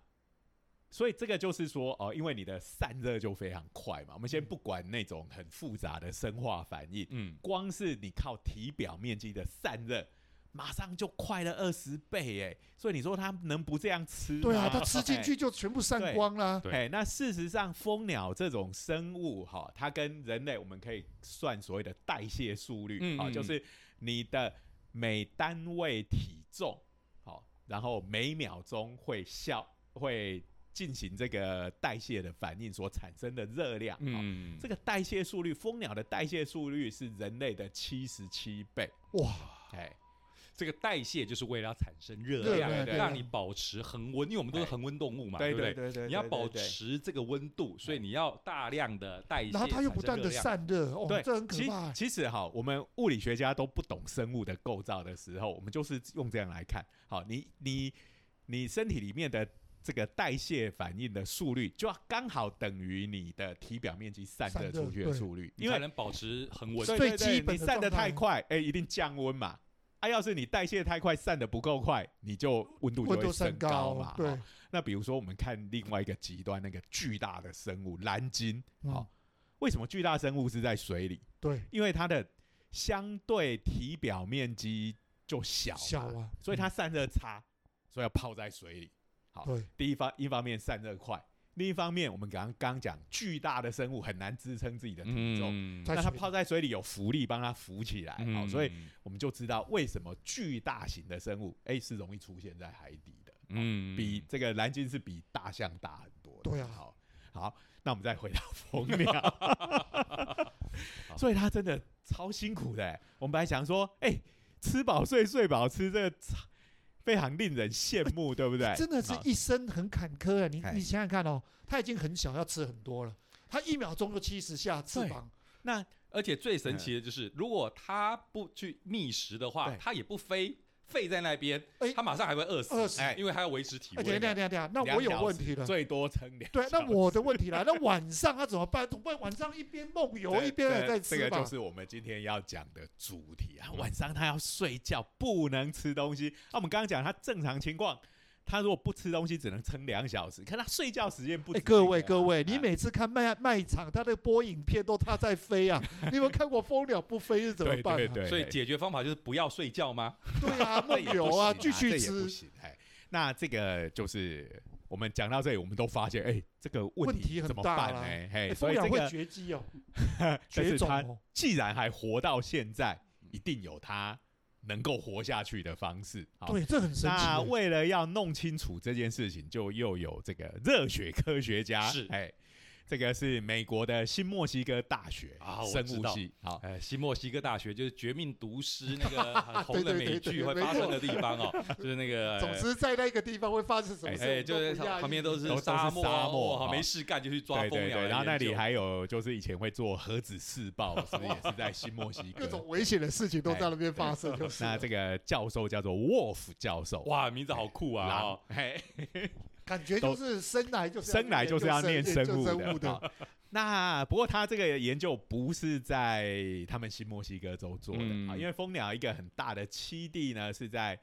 S1: 所以这个就是说，哦、因为你的散热就非常快嘛，我们先不管那种很复杂的生化反应，
S2: 嗯，
S1: 光是你靠体表面积的散热，马上就快了二十倍哎，所以你说它能不这样吃吗？
S3: 对啊，它吃进
S1: 哎
S3: 去就全部散
S1: 对
S3: 光啦。
S2: 对
S1: 哎，那事实上，蜂鸟这种生物哈，它跟人类我们可以算所谓的代谢速率
S2: 嗯
S1: 啊、
S2: 嗯
S1: 就是你的每单位体重好、然后每秒钟会消会进行这个代谢的反应所产生的热量。嗯，
S2: 嗯，
S1: 这个代谢速率，蜂鸟的代谢速率是人类的七十七倍。
S3: 哇，
S1: 哎，
S2: 这个代谢就是为了要产生热
S3: 热
S2: 量，
S1: 量对
S2: 让你保持恒温，因为我们都是
S1: 哎
S2: 恒温动物嘛，不
S1: 对
S2: 对？
S1: 对对，
S2: 你要
S1: 对
S2: 保。
S1: 对对
S2: 持这个温度，所以你要大量的代谢，
S3: 然后它又不断的
S2: 产生热量
S3: 散热，哦
S1: 对，
S3: 这很可
S1: 其
S3: 怕。
S1: 其实哈，我们物理学家都不懂生物的构造的时候，我们就是用这样来看。好，你你你身体里面的这个代谢反应的速率，就要刚好等于你的体表面积散
S3: 散
S1: 热
S3: 热
S1: 出去的
S3: 对
S1: 速率，
S2: 你
S1: 因
S2: 才
S1: 为
S2: 能保持恒温。
S1: 对
S3: 最
S1: 对
S3: 基
S1: 对
S3: 本
S1: 你
S3: 的
S1: 散得
S3: 状态
S1: 太快，哎、一定降温嘛。啊，要是你代谢太快，散得不够快，你就温度就
S3: 温
S1: 会
S3: 度
S1: 升
S3: 升
S1: 高嘛。
S3: 对
S1: 哈，那比如说，我们看另外一个极端，那个巨大的生物蓝鲸，好、
S3: 嗯
S1: 为什么巨大生物是在水里？
S3: 对，
S1: 因为它的相对体表面积就小嘛，
S3: 小啊，
S1: 所以它
S3: 嗯
S1: 散热差，所以要泡在水里。好
S3: 对
S1: 第一方一方面散热快，另一方面我们刚刚讲，巨大的生物很难支撑自己的体重，
S2: 嗯
S3: 在
S1: 那它
S3: 水
S1: 泡在水里有浮力帮它浮起来，好，所以
S2: 嗯
S1: 我们就知道为什么巨大型的生物，哎，是容易出现在海底的。
S2: 嗯
S1: 比这个蓝鲸是比大象大很多的。
S3: 对啊
S1: 好，好，那我们再回到蜂鸟，
S3: [LAUGHS]
S1: 所以它真的超辛苦的欸。我们本来想说，哎、吃饱睡，睡饱吃，这个超非常令人羡慕，对不对？
S3: [LAUGHS] 真的是
S1: 好
S3: 一生很坎坷啊！你
S1: 哎
S3: 你想想看哦，它已经很小，要吃很多了，它一秒钟就七十下翅
S1: 对
S3: 膀，
S1: 那
S2: 而且最神奇的就是，如果它不去觅食的话
S1: 对，
S2: 它也不飞，废在那边
S3: 哎，
S2: 它马上还会饿死，
S3: 饿死
S2: 因为它要维持体
S3: 哎，等一
S2: 温。
S3: 下等一下等一下，那
S1: 两
S3: 我有
S1: 小
S3: 问
S1: 时
S3: 题了。
S1: 最多撑两
S3: 对，那
S1: 小
S3: 我
S1: 时
S3: 的问题来，那晚上它怎么办？总不能晚上一边梦
S1: [LAUGHS]
S3: 游一边还
S1: 这
S3: 在
S1: 这
S3: 吃
S1: 个
S3: 吧
S1: 就？是我们今天要讲的主题啊。晚上他要睡觉，不能吃东西。那、我们刚刚讲他正常情况，他如果不吃东西只能撑两小时，可他睡觉时间不止
S3: 哎，
S1: 这个啊、
S3: 各位各位，你
S1: 啊
S3: 每次看卖卖场，它的播影片都它在飞 [LAUGHS] 啊，你有没有看过蜂鸟不飞是怎么
S1: 对
S3: 办
S1: 对
S3: 啊？
S1: 对，
S2: 所以解决方法就是不要睡觉吗？
S3: 对啊，
S1: 这
S3: 梦
S1: 也不
S3: 游啊，
S1: 行
S3: 继
S1: 这
S3: 续
S1: 也不
S3: 吃，
S1: 行哎。那这个就是我们讲到这里，我们都发现，哎，这个
S3: 问
S1: 题
S3: 题很
S1: 怎么
S3: 大
S1: 办
S3: 啦
S1: 呢？哎，
S3: 哎
S1: 所以
S3: 蜂鸟
S1: 这
S3: 会
S1: 个，
S3: 绝迹 [LAUGHS] 哦，
S1: 但
S3: 绝
S1: 是
S3: 种
S1: 他
S3: 哦。
S1: 既然还活到现在，一定有他能够活下去的方式。好
S3: 对，这很神奇哦
S1: 那
S3: 耶。
S1: 为了要弄清楚这件事情，就又有这个热血科学家
S2: 是
S1: 哎，这个是美国的新墨西哥大学
S2: 啊我
S1: 生
S2: 知
S1: 物
S2: 道
S1: 系，好，
S2: 呃，新墨西哥大学就是《绝命毒师》那个很红的
S3: 对对
S2: 美
S3: 对对
S2: 剧
S3: 对
S2: 会
S3: 没
S2: 发生
S3: 错
S2: 的地方哦，就是那个。
S3: 总
S2: 呃
S3: 之，在那个地方会发生什么事，
S2: 哎，就是旁边都是
S1: 都都是
S2: 沙漠，
S1: 沙漠
S2: 哦好
S1: 哦
S2: 没事干就去抓
S1: 对
S2: 蜂
S1: 对
S2: 鸟
S1: 对，
S2: 来
S1: 然后那
S2: 研究
S1: 里还有就是以前会做核子试爆，是不是也是在新墨西
S3: 各
S1: 哥？
S3: 种危险的事情都在那边发生，就
S1: [LAUGHS]
S3: 是
S1: 那这个教授叫做沃夫教授，
S2: 哇，名字好酷啊！
S1: 狼
S2: 哦
S1: 嘿，
S3: 感觉就是生来就是
S1: [LAUGHS] 生来就是要念
S3: 生 [LAUGHS]
S1: 生物
S3: 生
S1: 的。
S3: 的，啊
S1: 好 [LAUGHS] 那不过他这个研究不是在他们新墨西哥州做的
S2: 嗯
S1: 啊，因为蜂鸟一个很大的栖地呢是在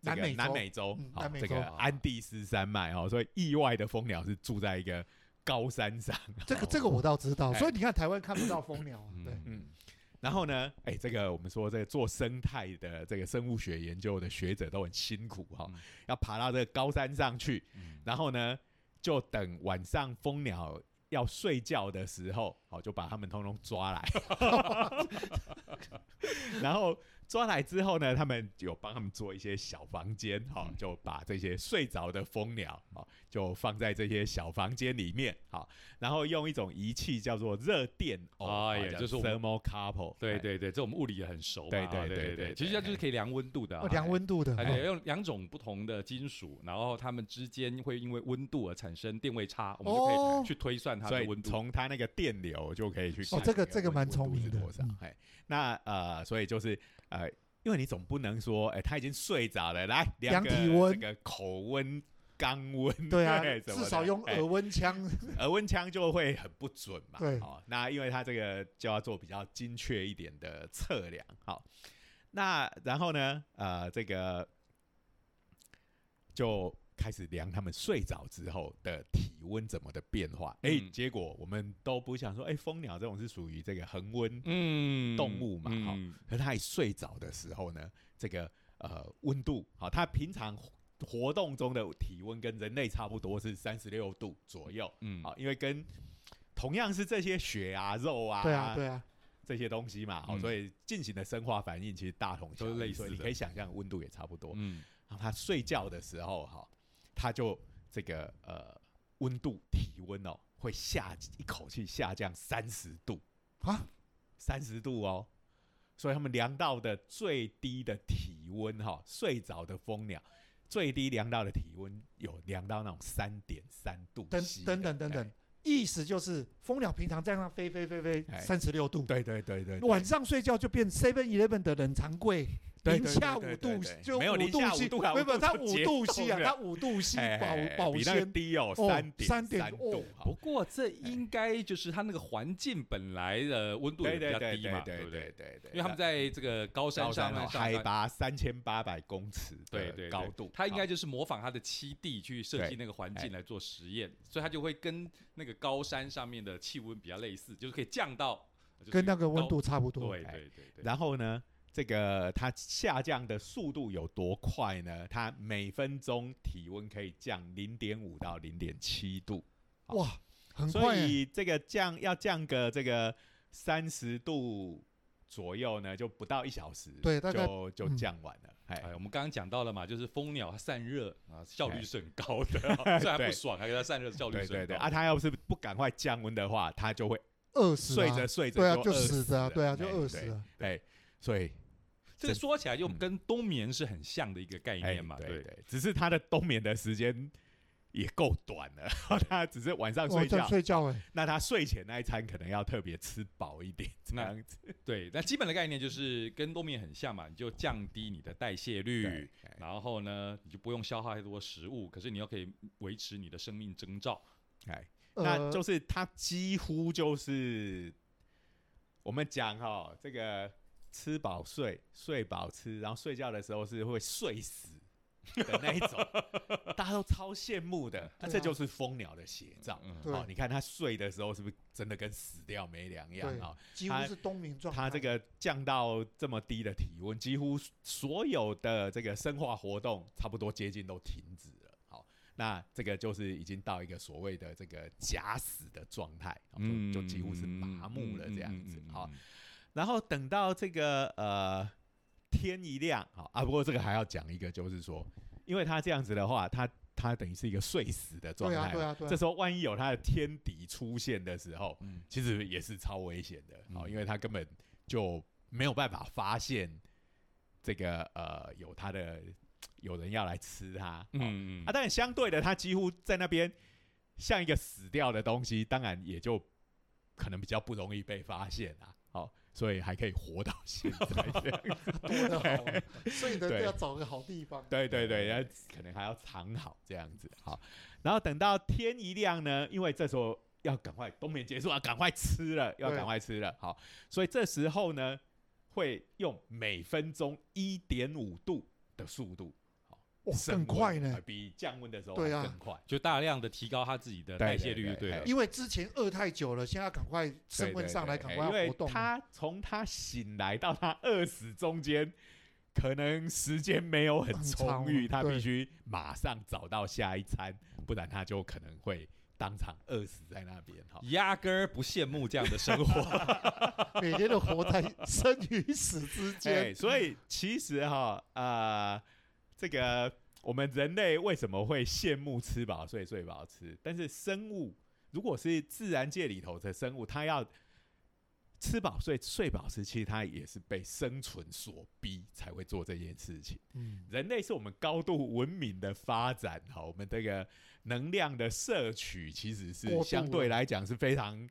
S1: 这
S3: 南
S1: 个
S3: 美洲
S1: 南美洲
S3: 嗯，
S1: 好
S3: 南美
S1: 这
S3: 洲
S1: 个安第斯山脉哦，所以意外的蜂鸟是住在一个高山上。
S3: 这个这个我倒知道，
S1: 哎
S3: 所以你看台湾看不到蜂鸟啊，
S2: 嗯
S3: 对，
S1: 嗯，然后呢，哎，这个我们说这个做生态的这个生物学研究的学者都很辛苦哈、
S2: 嗯
S1: 要爬到这个高山上去，
S2: 嗯
S1: 然后呢，就等晚上蜂鸟要睡觉的时候，好、就把他们通通抓来， [LAUGHS] 然后抓来之后呢，他们有帮他们做一些小房间，好、
S2: 嗯
S1: 就把这些睡着的蜂鸟，好、就放在这些小房间里面，好、然后用一种仪器叫做热电偶，
S2: 哎呀
S1: 好叫
S2: 就是我们
S1: thermal couple，
S2: 对
S1: 哎
S2: 对对，这我们物理也很熟嘛。
S1: 对对
S2: 哦
S1: 对
S2: 对
S1: 对对
S2: 其实它就是可以量温度的
S3: 哦
S2: 啊，
S3: 量温度
S2: [LAUGHS]
S3: 的
S2: 哎，
S3: 哦
S2: 对，用两种不同的金属，然后它们之间会因为温度而产生电位差，我们就可
S3: 哦
S2: 以去推算它
S1: 所
S2: 的
S1: 以
S2: 温度。
S1: 从它那个电流就可以去看
S3: 哦这个
S1: 那
S3: 这个
S1: 温
S3: 蛮
S1: 温
S3: 聪
S1: 度
S3: 明
S1: 是
S3: 的
S1: 多少
S3: 嗯？
S1: 哎，那呃，所以就是呃，因为你总不能说，哎，他已经睡着了，来量
S3: 量
S1: 个
S3: 体温
S1: 这个口温。肛温 [LAUGHS]
S3: 对啊，
S1: 什么
S3: 至
S1: 的
S3: 少用
S1: 哎
S3: 耳温枪，
S1: 耳温枪就会很不准嘛。
S3: 对
S1: 哦，那因为它这个就要做比较精确一点的测量。好，那然后呢，呃，这个就开始量他们睡着之后的体温怎么的变化。哎、
S2: 嗯
S1: 结果我们都不想说，哎、蜂鸟这种是属于这个恒温，
S2: 嗯
S1: 动物嘛哈
S2: 嗯
S1: 可它一睡着的时候呢，这个呃温度，好，它平常活动中的体温跟人类差不多是三十六度左右。
S2: 嗯，
S1: 好，因为跟同样是这些血啊、肉啊，
S3: 对啊对啊，
S1: 这些东西嘛，好、
S2: 嗯
S1: 所以进行的生化反应其实大同小
S2: 都是类
S1: 异，
S2: 似
S1: 所以你
S2: 的
S1: 可以想象温度也差不多。
S2: 嗯，
S1: 然后它睡觉的时候，哈，它就这个呃温度体温哦会下一口气下降三十度
S3: 啊，
S1: 三十度哦。所以他们量到的最低的体温，哈，睡着的蜂鸟最低量到的体温有量到那种三点三度
S3: 等
S1: C
S3: 等
S1: 的
S3: 等等
S1: 哎
S3: 等，意思就是蜂鸟平常这样飞飞飞飞
S1: 哎
S3: 三十六度，
S1: 对对对对，对
S3: 晚上睡觉就变 Seven Eleven 的冷藏柜，
S1: 对
S3: 零
S1: 对
S3: 下
S1: 对对
S3: 五度
S1: 对
S3: 就
S1: 没有零
S3: 度
S1: 下五
S3: C，
S1: 度啊
S3: 没有没有，它
S1: 五度
S3: 五
S1: 解
S3: 度 C 啊，
S1: 冻了
S3: 它五度 C
S1: 哎哎哎
S3: 保保
S1: 比那个
S3: 鲜，
S1: 低哦，
S3: 哦
S1: 三点
S3: 3.3
S1: 三度
S3: 哦，
S2: 不
S1: 好
S2: 过这应该就是它那个环境本来的温度
S1: 对
S2: 也比
S1: 对
S2: 较
S1: 对
S2: 低嘛，
S1: 对
S2: 对不
S1: 对
S2: 对？
S1: 对对，
S2: 因为他们在这个高
S1: 高
S2: 山上
S1: 哦
S2: 面上
S1: 海
S2: 班
S1: 拔三千八百公尺的
S2: 对对
S1: 高
S2: 对
S1: 度，
S2: 它应
S1: 好
S2: 该就是模仿它的栖地去设
S1: 对
S2: 计那个环
S1: 哎
S2: 境来做实验，所以它就会跟那个高山上面的气温比较类似，就是可以降到就是
S3: 跟那个温
S2: 高
S3: 度差不多。
S2: 对
S1: 哎
S2: 对对对，
S1: 然后呢，这个它下降的速度有多快呢？它每分钟体温可以降零点五到零点七度，好
S3: 哇，很
S1: 所
S3: 快耶、
S1: 以这个降要降个这个三十度左右呢，就不到一小时，
S3: 对大概
S1: 就就
S3: 嗯
S1: 降完了，哎
S2: 哎，我们刚刚讲到了嘛，就是蜂鸟它散热啊，效率是很高
S1: [LAUGHS]
S2: 的啊，虽然它
S1: 对
S2: 不爽，还给它散热效率
S1: 对
S2: 是很
S1: 对
S2: 高
S1: 对，
S2: 的。
S1: 啊，他要是不赶快降温的话，他就会
S3: 饿死
S1: 睡
S3: 了、
S1: 着睡着
S3: 对啊，
S1: 就
S3: 就
S1: 饿
S3: 死着啊，
S1: 了
S3: 对啊，就
S1: 哎
S3: 饿死
S1: 对
S3: 了。
S1: 对，所以
S2: 这
S1: 真
S2: 个说起来就
S1: 嗯
S2: 跟冬眠是很像的一个概
S1: 哎
S2: 念嘛，
S1: 对
S2: 对。
S1: 对，只是他的冬眠的时间也够短了， [LAUGHS] 他只是晚上
S3: 我
S1: 睡
S3: 在
S1: 觉，
S3: 睡觉哎、
S1: 那他睡前那一餐可能要特别吃饱一点，这
S2: 那
S1: 样子
S2: 对，那基本的概念就是跟冬眠很像嘛，你就降低你的代谢率
S1: 对，哎
S2: 然后呢，你就不用消耗太多食物，可是你又可以维持你的生命征兆。
S1: 哎，
S3: 呃
S1: 那就是他几乎就是我们讲哈，这个吃饱睡，睡饱吃，然后睡觉的时候是会睡死。
S3: [LAUGHS]
S1: 的那一种，大家都超羡慕的，那、
S3: 对啊
S1: 这就是蜂鸟的写照。
S2: 嗯
S3: 对
S1: 哦，你看它睡的时候是不是真的跟死掉没两样
S3: 对
S1: 啊、哦？
S3: 几乎
S1: 他
S3: 是冬眠状态。
S1: 它这个降到这么低的体温，几乎所有的这个生化活动差不多接近都停止了。好，那这个就是已经到一个所谓的这个假死的状态，哦
S2: 嗯，
S1: 就就几乎是麻木了这样子
S2: 嗯。
S1: 好，，然后等到这个呃天一亮，好啊，不过这个还要讲一个，就是说，因为它这样子的话，它它等于是一个睡死的状
S3: 对
S1: 态嘛。
S3: 啊，对啊，对
S1: 这
S3: 啊，
S1: 时候万一有它的天敌出现的时候，
S2: 嗯
S1: 其实也是超危险的
S2: 嗯
S1: 哦，因为它根本就没有办法发现这个呃有它的有人要来吃它。哦、
S2: 嗯
S1: 啊，但相对的，它几乎在那边像一个死掉的东西，当然也就可能比较不容易被发现啊。哦，所以还可以活到现在 [LAUGHS]
S2: [LAUGHS]
S1: 这样。
S3: [LAUGHS] 多的好啊，所以呢，
S1: 对
S3: 要找个好地方。
S1: 对对对，要可能还要藏好这样子。好，然后等到天一亮呢，因为这时候要赶快冬眠结束啊，赶快吃了，要
S3: 对
S1: 赶快吃了。好，所以这时候呢，会用每分钟一点五度的速度，好，
S3: 哇
S1: 升
S3: 更快
S1: 温
S3: 呢
S1: 呃比降温的时候
S3: 对啊
S1: 还更快。
S2: 就大量的提高他自己的代谢率，对了，
S3: 因为之前饿太久了，现在要赶快升温上来，
S1: 对对
S3: 赶
S1: 对哎
S3: 快
S1: 因
S3: 要
S1: 为
S3: 活动。
S1: 他从他醒来到他饿死中间，可能时间没有很
S3: 很长
S1: 充裕，
S3: 哦
S1: 他必
S3: 对
S1: 须马上找到下一餐，不然他就可能会当场饿死在那边哈。
S2: 压根儿不羡慕这样的生
S1: [LAUGHS]
S2: 活。
S3: 每天都活在生与死之
S1: [LAUGHS] 哎，
S3: 间。
S1: 所以其实哈，呃，这个我们人类为什么会羡慕吃饱睡、睡饱吃？但是生物如果是自然界里头的生物，它要吃饱睡、睡饱吃，其实它也是被生存所逼才会做这件事情。
S3: 嗯，
S1: 人类是我们高度文明的发展，哈，我们这个能量的摄取其实
S3: 过
S1: 是
S3: 度了
S1: 相对来讲是非常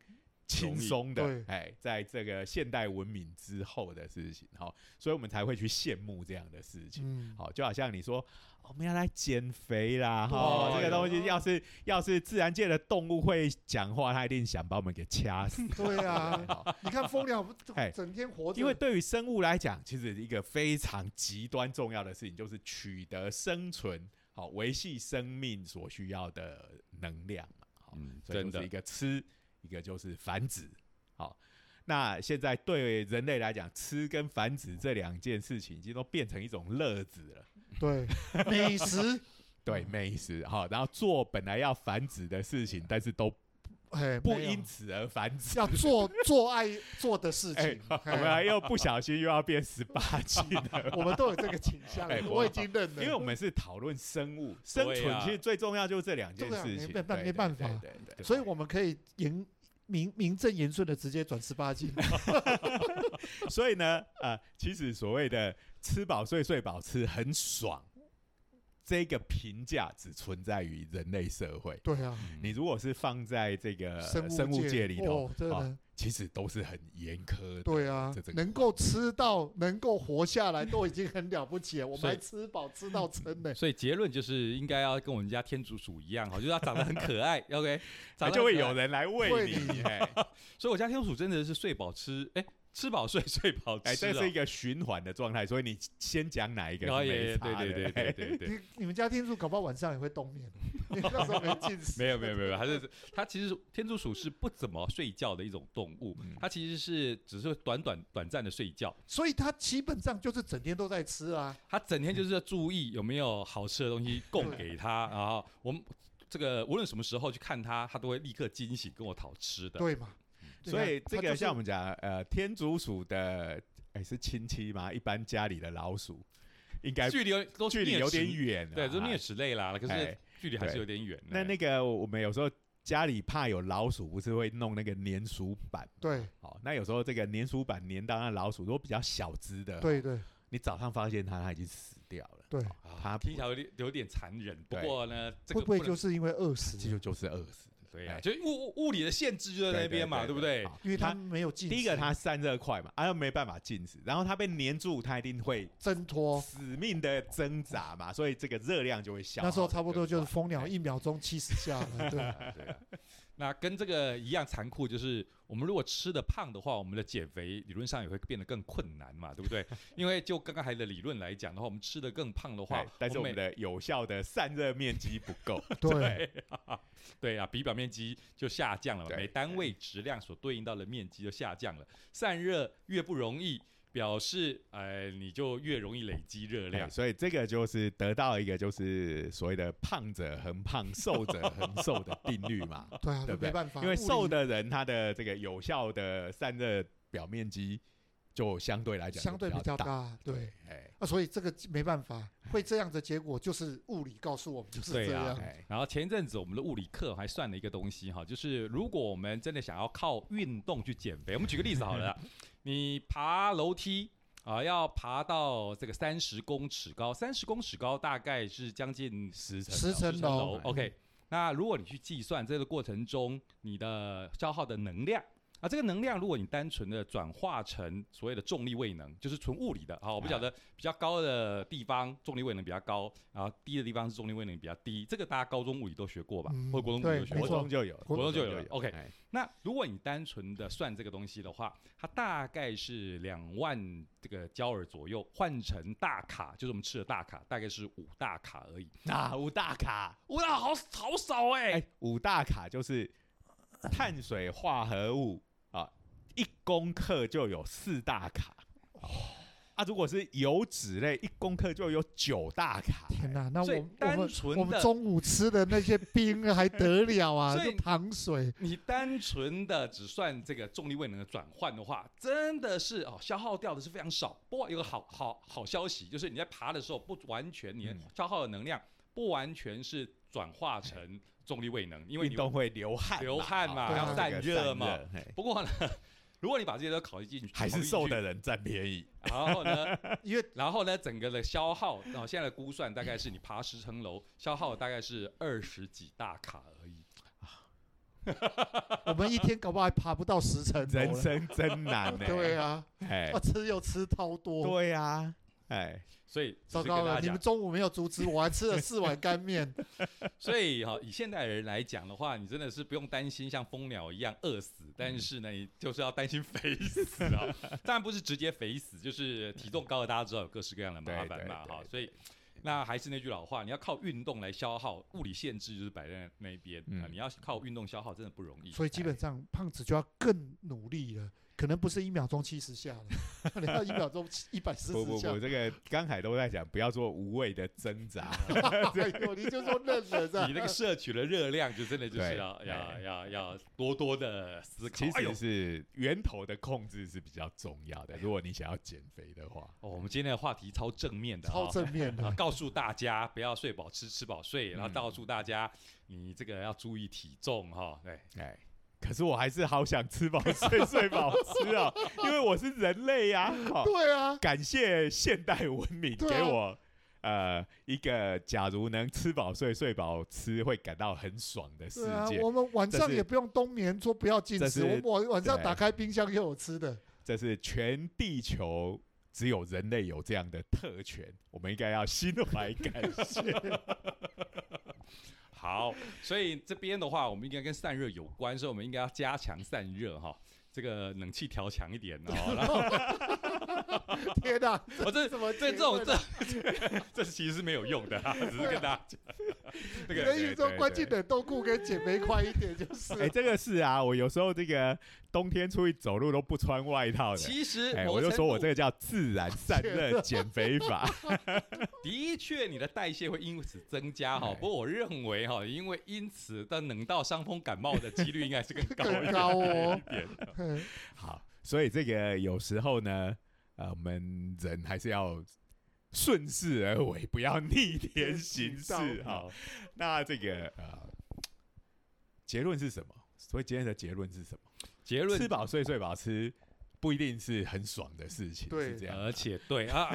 S1: 轻松
S3: 容
S1: 的
S3: 易对，
S1: 哎，在这个现代文明之后的事情，哈，所以我们才会去羡慕这样的事情。
S3: 嗯，
S1: 好，就好像你说哦我们要来减肥啦，哈、
S2: 对
S1: 这个东西
S3: 对啊
S1: 要是要是自然界的动物会讲话，它一定想把我们给掐死。
S3: 对啊，
S1: [LAUGHS] 好
S3: 你看蜂鸟
S1: 哎
S3: 整天活着，
S1: 因为对于生物来讲，其实一个非常极端重要的事情，就是取得生存、好维系生命所需要的能量嘛。好，
S2: 嗯
S1: 所以就
S2: 真的
S1: 是一个吃，一个就是繁殖。好，那现在对人类来讲，吃跟繁殖这两件事情，已经都变成一种乐子了。
S3: 对美
S1: [LAUGHS]
S3: 食，
S1: 对
S3: 嗯
S1: 美食，好，然后做本来要繁殖的事情，但是都
S3: 哎，
S1: 不
S3: 没有
S1: 因此而繁殖。
S3: 要做 [LAUGHS] 做爱做的事
S1: 哎
S3: 情，，
S1: [LAUGHS] 我
S3: 哎
S1: 们又不小心又要变十八禁了。
S3: 我们都有这个倾向
S1: 哎，
S3: 我已经认了，
S1: 因为我们是讨论生物生
S2: 对
S1: 存，
S2: 啊
S1: 其实最重要就是这两件
S3: 对啊
S1: 事
S3: 没
S1: 情，
S3: 办
S1: 对
S3: 没办法
S1: 对对对对
S3: 所以我们可以言名名正言顺的直接转十八禁。
S1: 所以呢，呃，其实所谓的吃饱睡，睡饱吃，很爽，这个评价只存在于人类社
S2: 嗯
S1: 会。
S3: 对啊，
S1: 你如果是放在这个
S3: 生
S1: 呃生物界
S3: 界
S1: 里头，
S3: 哦真
S1: 啊
S3: 的，
S1: 其实都是很严苛的。哎
S3: 对啊
S1: 这这，个
S3: 能够吃到能够活下来都已经很了不起了，我们
S2: 所以
S3: 还吃饱吃到撑呢。
S2: 所以结论 [LAUGHS] 就是应该要跟我们家天竺鼠一样哈，就是它长得很
S1: [LAUGHS]
S2: 可爱，OK，
S1: 它
S2: 长得
S1: 就会
S2: 很可爱
S1: 有。人来喂
S3: 喂
S1: 你，
S3: 你
S1: 哎，
S2: 所以我家天竺鼠真的是睡饱吃，哎，吃饱睡， [LAUGHS] 睡饱吃哦。
S1: 哎，这是一个循环的状态，所以你先讲哪一个
S2: 然后
S1: 是没
S2: 也
S1: 差
S2: 对
S1: 的， [LAUGHS]
S2: 对对对对对。
S3: 你你们家天竺搞不好晚上也会冬眠，你那时候没进食。
S2: 没有没有没有，它是它其实是天竺鼠是不怎么睡觉的一种动物
S1: 嗯，
S2: 它其实是只是短短短暂的睡觉，
S3: 所以他基本上就是整天都在吃啊，
S2: 它整天就是要注意有没有好吃的东西供
S1: [LAUGHS]
S2: 给它，然后我们这个无论什么时候去看它，它都会立刻惊喜跟我讨吃的。
S3: 对嘛？啊
S1: 所以这个像我
S3: 们
S1: 们讲，呃，天竺鼠的，哎、是亲戚吗？一般家里的老鼠应该
S2: 距离有都
S1: 距离
S2: 啮
S1: 有
S2: 齿
S1: 点远、啊，
S2: 对，就啮齿类啦，可
S1: 哎
S2: 是距离还是
S1: 对
S2: 有点远。
S1: 那那个我们有时候家里怕有老鼠，不是会弄那个粘鼠板？
S3: 对
S1: 哦，那有时候这个粘鼠板粘到那老鼠，如果比较小只的，，
S3: 对对
S1: 你早上发现它，它已经死掉了。
S3: 对，
S2: 啊
S1: 它
S2: 听起来有点有点残忍，不
S1: 对
S2: 过呢，这
S3: 会
S2: 个
S3: 不会
S2: 能
S3: 就是因为饿死？
S1: 这就就是饿死，
S2: 对啊？
S1: 哎
S2: 就物物物理的限制就在那边嘛，对不对？
S1: 好
S3: 因为他
S1: 它
S3: 没有进食，
S1: 第一个它散热快嘛，啊又没办法进食，然后它被粘住，它一定会
S3: 挣脱，
S1: 死命的挣扎嘛，所以这个热量就会消耗
S3: 那
S1: 得更快。
S3: 时候差不多就是蜂鸟一秒钟七十下了，对，
S2: 啊对啊。 [LAUGHS] 那跟这个一样残酷，就是我们如果吃的胖的话，我们的减肥理论上也会变得更困难嘛，对不对？因为就刚刚还的理论来讲的话，我们吃的更胖的话
S1: 对，哎但是我们
S2: 每
S1: 的有效的散热面积不够。
S3: 对，啊
S2: 对啊，比表面积就下降了嘛，
S1: 对
S2: 每单位质量所对应到的面积就下降了，散热越不容易，表示呃你就越容易累积热量
S1: [LAUGHS] 对，。所以这个就是得到一个就是所谓的胖者恒胖，瘦者恒瘦的定律 [LAUGHS] 嘛。
S3: 对啊，
S1: 对
S3: 那
S1: 不对
S3: 没办法，
S1: 因为
S3: 物理
S1: 瘦的人他的这个有效的散热表面积就相对来讲就
S3: 相对比较
S1: 大。
S3: 大，对
S1: 哎，
S3: 啊，所以这个没办法，会这样的结果就是物理告诉我们就是
S2: 对
S3: 这
S2: 啊
S3: 样，
S1: 哎，
S2: 然后前一阵子我们的物理课还算了一个东西哈，就是如果我们真的想要靠运动去减肥，我们举个例子好了，你爬楼梯啊、要爬到这个三十公尺高，三十公尺高大概是将近
S1: 十层
S3: 十层
S2: 10
S3: 楼
S2: 楼。OK，那如果你去计算这个过程中你的消耗的能量。啊，这个能量如果你单纯的转化成所谓的重力位能，就是纯物理的，好，我
S3: 啊
S2: 不晓得比较高的地方重力位能比较高，然后低的地方是重力位能比较低，这个大家高中物理都学过吧，
S3: 嗯
S2: 或者国中物理都
S3: 对
S1: 国
S2: 学
S3: 没
S2: 过。
S3: 错
S1: 中就有，
S3: 国
S2: 中就有了
S1: 有
S2: OK
S1: 哎
S2: 那如果你单纯的算这个东西的话，它大概是两万这个焦耳左右，换成大卡就是我们吃的大卡，大概是五大卡而已。
S1: 那五大卡，
S2: 五大卡好好少哎、
S1: 哎，五大卡就是碳水化合物啊，一公克就有四大卡。啊，如果是油脂类，一公克就有九大卡。
S3: 天哪，那我
S2: 所以
S3: 们我
S2: 单
S3: 们
S2: 纯
S3: 我们
S2: 的
S3: 中午吃的那些冰还得了啊？
S2: 所以
S3: 这
S2: [LAUGHS]
S3: 糖水，
S2: 你单纯的只算这个重力位能的转换的话，真的是哦，消耗掉的是非常少。不过有个好好好消息，就是你在爬的时候，不完全你
S1: 嗯
S2: 消耗的能量不完全是转化成重力位能，因为
S1: 运
S2: 你
S1: 动会流汗嘛，
S2: 流汗嘛
S1: 啊
S3: 然后
S1: 这
S2: 散
S1: 个
S2: 热嘛
S1: 嘿
S2: 不过呢，如果你把这些都考虑进去，
S1: 还
S2: 考
S1: 是
S2: 虑进
S1: 瘦
S2: 去
S1: 的人占便宜。
S2: 然后呢，
S3: 因为
S2: 然后呢，整个的消耗，然后现在的估算大概是你爬十层楼消耗大概是二十几大卡而已。
S3: 我们一天搞不好还爬不到十层楼
S1: 人
S3: 了。
S1: 生真难呢。
S3: [LAUGHS] 对，啊，
S1: 哎
S3: 我，吃又吃超多，
S1: 对呀，哎，
S2: 所以只
S3: 糟
S2: 是
S3: 糕
S2: 跟大
S3: 了！
S2: 家
S3: 你
S2: 讲
S3: 们，中午没有阻止我，还吃了四碗
S1: [LAUGHS]
S3: 干面。
S2: 所以哈、以现代人来讲的话，你真的是不用担心像蜂鸟一样饿死，但是呢，你就是要担心肥死啊、
S1: [LAUGHS]
S2: 当然不是直接肥死，就是体重高的，大家知道有各式各样的麻
S1: 对
S2: 烦
S1: 对
S2: 嘛哈、
S1: 对
S2: 所以。那还是那句老话，你要靠运动来消耗，物理限制就是摆在那边、啊。
S1: 嗯
S2: 你要靠运动消耗，真的不容易。
S3: 所以基本上胖子就要更努力了，可能不是一秒钟七十下了，你要一秒钟一百四
S1: 不
S3: 十
S1: 不
S3: 下
S1: 不，。这个刚才都在讲，不要做无谓的挣
S2: [LAUGHS]
S1: 扎。
S3: 哎呦，你就说啊认了是
S1: [LAUGHS]
S2: [LAUGHS]
S3: 吧
S2: 你那个摄取的热量，就真的就是
S1: 对
S2: 要
S1: 对
S2: 要要要多多的思考。
S1: 其
S2: 哎呦
S1: 实是源头的控制是比较重要的。如果你想要减肥的话，
S2: 哦，我们今天的话题超正面的、
S3: 超
S2: 哦，
S3: 正面
S2: 啊
S1: [LAUGHS]
S3: 的，
S2: 告诉大家不要睡饱吃，吃饱睡，然后
S1: 嗯
S2: 告诉大家你这个要注意体重哈、对，
S1: 哎，可是我还是好想吃饱睡，睡饱吃啊，因为我是人类呀、哦
S3: 对啊，
S1: 感谢现代文明
S3: 对啊
S1: 给我。呃，一个假如能吃饱睡、睡饱吃，会感到很爽的世
S3: 对啊
S1: 界，，
S3: 我们晚
S1: 这
S3: 上
S1: 是
S3: 也不用冬眠，说不要进
S1: 这
S3: 食，
S1: 是
S3: 我们晚晚上
S1: 对
S3: 打开冰箱也有吃的。
S1: 这是全地球只有人类有这样的特权，我们应该要心怀
S3: [LAUGHS]
S1: 感谢。
S2: 好，所以这边的话，我们应该跟散热有关，所以我们应该要加强散热哈、这个冷气调强一点哦， [LAUGHS] 然后
S3: [LAUGHS] 天哪，
S2: 我这
S3: 怎么
S2: 这这
S3: 结
S2: 种
S3: 论
S2: 这
S3: 啊
S2: 这其实是没有用的、啊，只是跟大家
S1: [LAUGHS]
S2: 讲那
S3: 你
S2: 个
S3: 的
S1: 对
S3: 意思说
S1: 对
S3: 关进
S1: 对
S3: 冷冻库跟减肥快一点就是
S1: 哎、。这个是啊，我有时候这个冬天出去走路都不穿外套的。
S2: 其实
S1: 哎、
S2: 某
S1: 我就
S2: 程
S1: 说我
S2: 度
S1: 这个叫自然散热减肥法。
S2: 的确，你的代谢会因此增加哈。
S1: 哎
S2: 不过我认为哈，因为因此的冷到伤风感冒的几率应该是更高
S3: 更高
S1: [LAUGHS]
S3: 哦
S2: 一点的。
S3: 嗯
S1: 好，所以这个有时候呢，呃，我们人还是要顺势而为，不要逆天行
S2: [LAUGHS]
S1: 事
S3: 天行
S1: 哈、那这个呃，结论是什么？所以今天的结论是什么？
S2: 结论
S1: 吃，饱睡，睡饱吃，不一定是很爽的事情，
S3: 对
S1: 是这样。
S2: 而且对啊，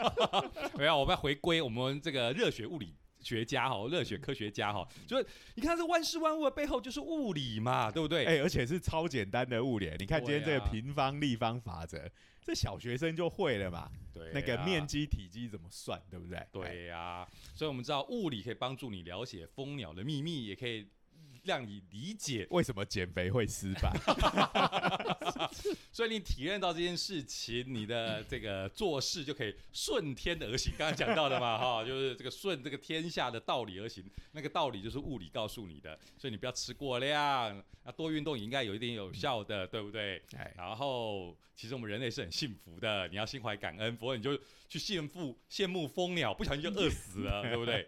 S2: [LAUGHS] 没有，我们要回归我们这个热血物理。学家哈，热血科学家哈，就是你看这万事万物的背后就是物理嘛，对不对？
S1: 哎、而且是超简单的物理。你看今天这个
S2: 对啊
S1: 平方立方法则，这小学生就会了嘛。
S2: 对、啊
S1: 那个面。积、体积怎么算，对不对？哎，
S2: 对呀、所以我们知道物理可以帮助你了解蜂鸟的秘密，也可以让你理解
S1: 为什么减肥会失
S2: [LAUGHS]
S1: 败？
S2: 所以你体验到这件事情，你的这个做事就可以顺天而行。刚刚讲到
S1: [LAUGHS]
S2: 的嘛，哈、就是这个顺这个天下的道理而行，那个道理就是物理告诉你的，所以你不要吃过量，那多运动也应该有一定有效的，对不对？
S1: 哎，
S2: 然后，其实我们人类是很幸福的，你要心怀感恩，否则你就去羡慕羡慕
S1: [LAUGHS]
S2: 蜂鸟，不小心就饿死了，对不对？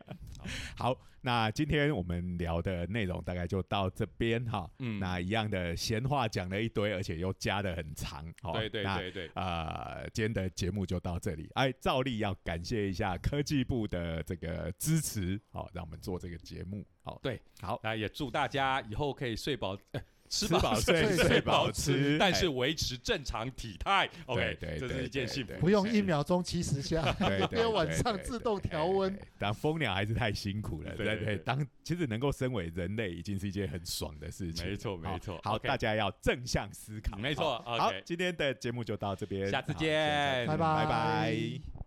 S1: 好，那今天我们聊的内容大概概就到这边哈。
S2: 嗯
S1: 那一样的闲话讲了一堆，而且又加的很长。哦
S2: 对对
S1: 那
S2: 对对，
S1: 呃，今天的节目就到这里。哎，照例要感谢一下科技部的这个支持，好、让我们做这个节目。哦好、
S2: 对，
S1: 好，
S2: 那也祝大家以后可以睡饱，呃吃
S1: 吃饱
S2: [LAUGHS]
S1: 睡，
S3: 睡
S1: 睡饱吃，
S2: 但
S1: 哎
S2: 是维持正常体态。OK，
S1: 对
S2: 这
S1: 对
S2: 是一件
S1: 对
S2: 幸福
S1: 对
S2: 的事。
S3: 不用一秒钟七十下，
S1: 哎对对
S3: 天晚
S1: 对
S3: 上
S1: 对
S3: 自
S1: 对
S3: 动调温
S1: 哎但蜂鸟还是太辛苦了，
S2: 对
S1: 对
S2: 对
S1: 对。
S2: 对
S1: 当其实能够身为人类，已经是一件很爽的事情。
S2: 没错没
S1: 好
S2: 错
S1: 好，
S2: OK
S1: 大家要正向思考。
S2: 嗯没
S1: 好
S2: 错
S1: 好
S2: OK，
S1: 今天的节目就到这边，
S2: 下次
S1: 好下次
S2: 见
S1: 见拜
S3: 拜
S1: 拜。